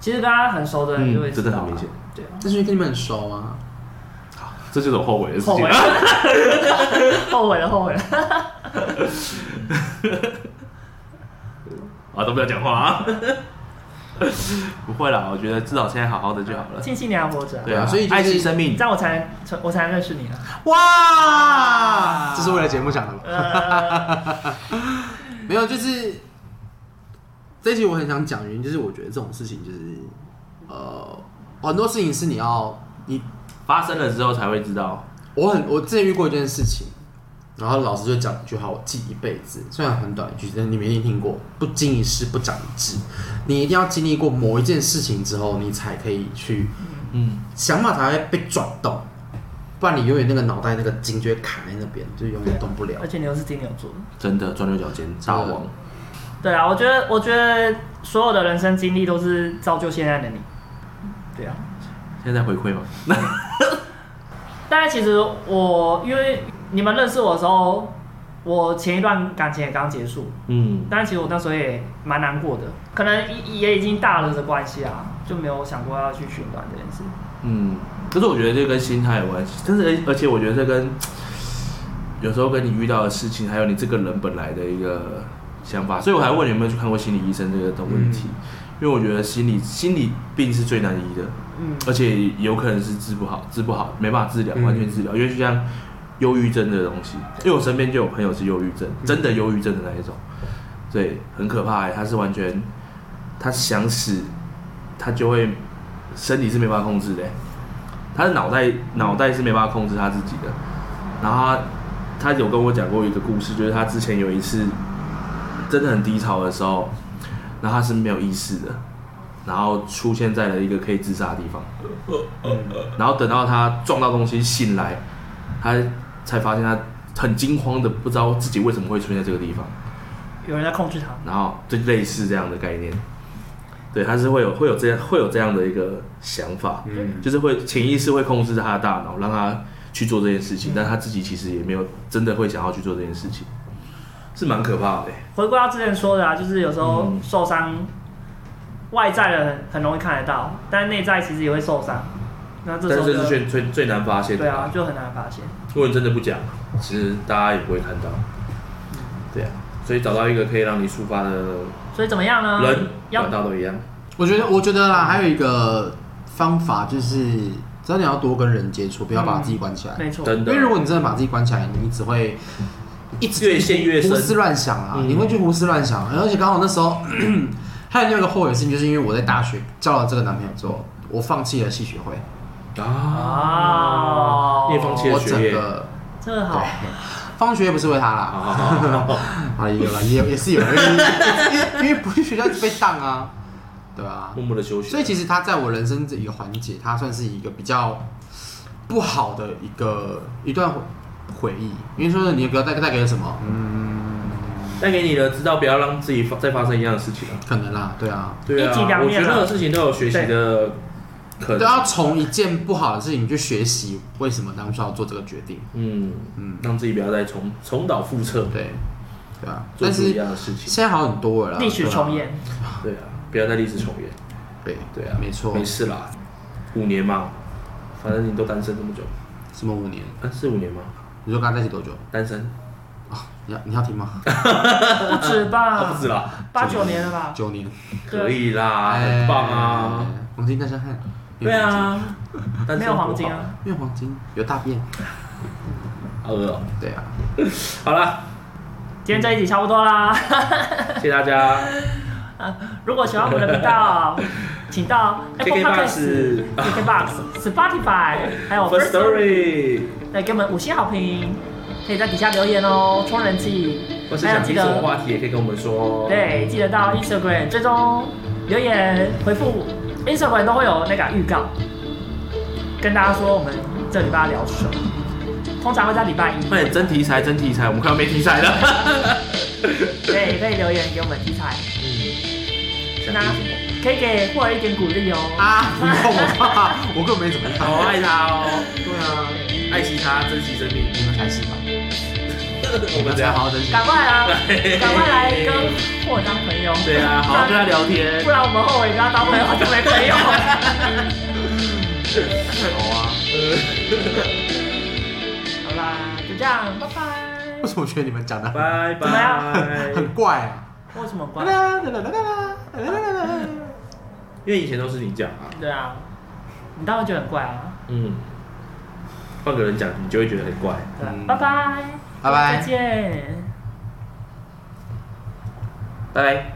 Speaker 3: 其实跟他很熟的人就会
Speaker 2: 嗯，
Speaker 3: 知
Speaker 2: 真
Speaker 3: 道、
Speaker 2: 的很明显。，
Speaker 3: 对啊，
Speaker 1: 但是因为跟你们很熟啊，
Speaker 2: 好，这就是我后悔的事
Speaker 3: 后
Speaker 2: 情
Speaker 3: 悔。后悔了，后悔了。
Speaker 2: 啊，都不要讲话啊！ 不会啦，我觉得至少现在好好的就好了。
Speaker 3: 庆幸你还活着啊、
Speaker 2: 对
Speaker 1: 对啊
Speaker 2: 啊，
Speaker 1: 所以就是
Speaker 2: 爱惜生
Speaker 3: 这
Speaker 2: 命。
Speaker 3: 样我才能我才能认识你啊。
Speaker 1: 哇，这是为了节目讲的吗？
Speaker 3: 呃，
Speaker 1: 没有，就是这一集我很想讲，原因就是我觉得这种事情就是，呃，很多事情是你要你，
Speaker 2: 发生了之后才会知道，
Speaker 1: 我很我之前遇过一件事情，然后老师就讲一句话，我记一辈子，虽然很短一句，但是你们一定听过，不经一事不长一智，你一定要经历过某一件事情之后，你才可以去
Speaker 2: 嗯，
Speaker 1: 想法才会被转动，不然你永远那个脑袋那个筋就会卡在那边，就永远动不了
Speaker 3: 而。且你又是金牛座。
Speaker 2: 真的钻牛角尖，大王。
Speaker 3: 对啊，我觉得我觉得所有的人生经历都是造就现在的你。对啊，
Speaker 2: 现在回馈吗？
Speaker 3: 但是其实我因为你们认识我的时候，我前一段感情也刚结束，
Speaker 2: 嗯，
Speaker 3: 但其实我那时候也蛮难过的，可能也也已经大了的关系啊，就没有想过要去寻短这件事。
Speaker 2: 嗯，可是我觉得这跟心态有关系，但是而且我觉得这跟有时候跟你遇到的事情，还有你这个人本来的一个想法，所以我还问你有没有去看过心理医生这个的问题，因为我觉得心理心理病是最难医的，
Speaker 3: 嗯，
Speaker 2: 而且有可能是治不好，治不好没办法治疗，
Speaker 1: 嗯
Speaker 2: 完全治疗，因为就像忧郁症这个东西，因为我身边就有朋友是忧郁症，真的忧郁症的那一种，对，很可怕、欸，他是完全他想死，他就会身体是没办法控制的欸、他的脑袋脑袋是没办法控制他自己的，然后他他有跟我讲过一个故事，就是他之前有一次真的很低潮的时候，然后他是没有意识的，然后出现在了一个可以自杀的地方，然后等到他撞到东西醒来，他才发现他很惊慌的不知道自己为什么会出现在这个地方，
Speaker 3: 有人在控制他。
Speaker 2: 然后就类似这样的概念，对，他是会有会有这样会有这样的一个想法，
Speaker 1: 嗯，
Speaker 2: 就是会潜意识会控制他的大脑，让他去做这件事情，但他自己其实也没有真的会想要去做这件事情，是蛮可怕的欸、
Speaker 3: 回归到之前说的啊，就是有时候
Speaker 2: 嗯
Speaker 3: 受伤，外在的很很容易看得到，但内在其实也会受伤。那这时
Speaker 2: 但
Speaker 3: 候
Speaker 2: 是这是
Speaker 3: 就
Speaker 2: 最最最难发现的
Speaker 3: 对啊，就很难发现。
Speaker 2: 如果你真的不讲，其实大家也不会看到。对啊，所以找到一个可以让你抒发的
Speaker 3: 所以怎么样呢？
Speaker 2: 人，管
Speaker 3: 要
Speaker 2: 道都一样。
Speaker 1: 我觉得，我觉得啦，还有一个方法就是，真的你要多跟人接触，不要把自己关起来。
Speaker 3: 没错，
Speaker 2: 真
Speaker 1: 因为
Speaker 2: 的，
Speaker 1: 如果你真的把自己关起来，你只会一直
Speaker 2: 越陷越深
Speaker 1: 胡思乱想啊，
Speaker 2: 嗯
Speaker 1: 你会去胡思乱想。而且刚好那时候， 还有另外一个后悔的事情，就是因为我在大学交了这个男朋友之后，我放弃了戏曲会，
Speaker 2: 啊，
Speaker 3: 哦
Speaker 2: 你也放弃了
Speaker 1: 我
Speaker 2: 学
Speaker 1: 整
Speaker 2: 业。
Speaker 1: 个
Speaker 3: 这个
Speaker 1: 对
Speaker 3: 好。，
Speaker 1: 放学业不是为他啦，
Speaker 2: 好好好好好，
Speaker 1: 啊，有了，也也是有人，因为因为不去学校一直被当啊，对啊，
Speaker 2: 默默的休息。
Speaker 1: 所以其实他在我人生这一个环节，他算是一个比较不好的一个一段回忆，因为说你不要带带给了什么，嗯，
Speaker 2: 带给你的，知道不要让自己发再发生一样的事情啊。
Speaker 1: 可能啦，对啊，
Speaker 2: 对啊，
Speaker 3: 一体两
Speaker 2: 我觉
Speaker 3: 面啊
Speaker 2: 得任何事情都有学习的可
Speaker 1: 都
Speaker 2: 能。
Speaker 1: 要从一件不好的事情去学习为什么当初要做这个决定，
Speaker 2: 嗯
Speaker 1: 嗯
Speaker 2: 嗯，让自己不要再重重蹈覆辙，
Speaker 1: 对，对啊，
Speaker 2: 做
Speaker 1: 但
Speaker 2: 出一
Speaker 1: 是
Speaker 2: 样的事情。
Speaker 1: 现在好很多了啦，
Speaker 3: 历史
Speaker 1: 对啊
Speaker 3: 重，演，
Speaker 2: 对啊，不要再历史重演。
Speaker 1: 对
Speaker 2: 对啊，
Speaker 1: 没错
Speaker 2: 没，事啦，五年嘛，反正你都单身这么久，
Speaker 1: 什么五年？
Speaker 2: 啊，是五年吗？
Speaker 1: 你说跟他在一起多久？
Speaker 2: 单身？
Speaker 1: 你要你要听吗？
Speaker 3: 不止 吧？
Speaker 2: 不止啦，
Speaker 3: 八九年了吧？
Speaker 1: 九年。
Speaker 2: 可以啦，
Speaker 1: 哎
Speaker 2: 很棒啊。！
Speaker 1: 黄金单身汉，
Speaker 2: 对啊，单身
Speaker 3: 没有黄
Speaker 2: 多
Speaker 3: 金
Speaker 2: 好
Speaker 3: 啊，
Speaker 1: 没有黄金，没有黄金有大便。
Speaker 2: 好饿哦。
Speaker 1: 对啊，
Speaker 2: 好 啦，
Speaker 3: 今天这一集差不多啦。
Speaker 2: 谢谢大家。
Speaker 3: 如果喜欢我们的频道，啊请到 Apple
Speaker 2: KKBOX
Speaker 3: Podcast、KKBox、Spotify，还有 哦
Speaker 2: First Story，
Speaker 3: 来哎给我们五星好评，可以在底下留言哦，冲人气。
Speaker 2: 或是
Speaker 3: 还有
Speaker 2: 想
Speaker 3: 记
Speaker 2: 听什么
Speaker 3: 得
Speaker 2: 话题也可以跟我们说。，
Speaker 3: 对，记得到 Instagram 追踪留言回复，Instagram 都会有那个预告，跟大家说我们这礼拜要聊什么，通常会在礼拜一。
Speaker 2: 快点真题材，真题材，我们快要没题材 了。
Speaker 3: 嗯对，也可以留言给我们题材，
Speaker 2: 想
Speaker 3: 那
Speaker 2: 听什么？
Speaker 3: 可以给霍尔一点鼓励哦。
Speaker 1: 啊，你看我吧，我 根本没怎么
Speaker 2: 好
Speaker 1: 样。
Speaker 2: 爱他哦，
Speaker 1: 对啊，
Speaker 2: 爱惜他，珍惜生命。
Speaker 1: 你们才是吧？
Speaker 2: 我们
Speaker 1: 们
Speaker 2: 这
Speaker 1: 才
Speaker 2: 样
Speaker 1: 好。好珍惜。
Speaker 3: 赶快啊，
Speaker 2: 对
Speaker 3: 赶快来跟霍尔当朋友。
Speaker 2: 对啊，好好跟他聊天
Speaker 3: 不。然我们后悔跟他当朋友就没朋 友了。
Speaker 1: 好啊。
Speaker 3: 好啦，就这样，拜拜
Speaker 1: 为。什么我觉得你们讲的
Speaker 2: 拜
Speaker 3: 怎么
Speaker 2: 拜
Speaker 3: 样。
Speaker 1: 很怪啊？
Speaker 3: 为什么
Speaker 1: 啦
Speaker 3: 很关？
Speaker 1: 啦啦啦啦啦啦啦啦啦
Speaker 2: 因为以前都是你讲啊，
Speaker 3: 对啊，你当然觉得很怪啊。
Speaker 2: 嗯，换个人讲，你就会觉得很怪。
Speaker 3: 对啊
Speaker 1: 嗯，
Speaker 3: 拜拜，
Speaker 1: 拜拜
Speaker 3: 再见。
Speaker 2: 拜拜。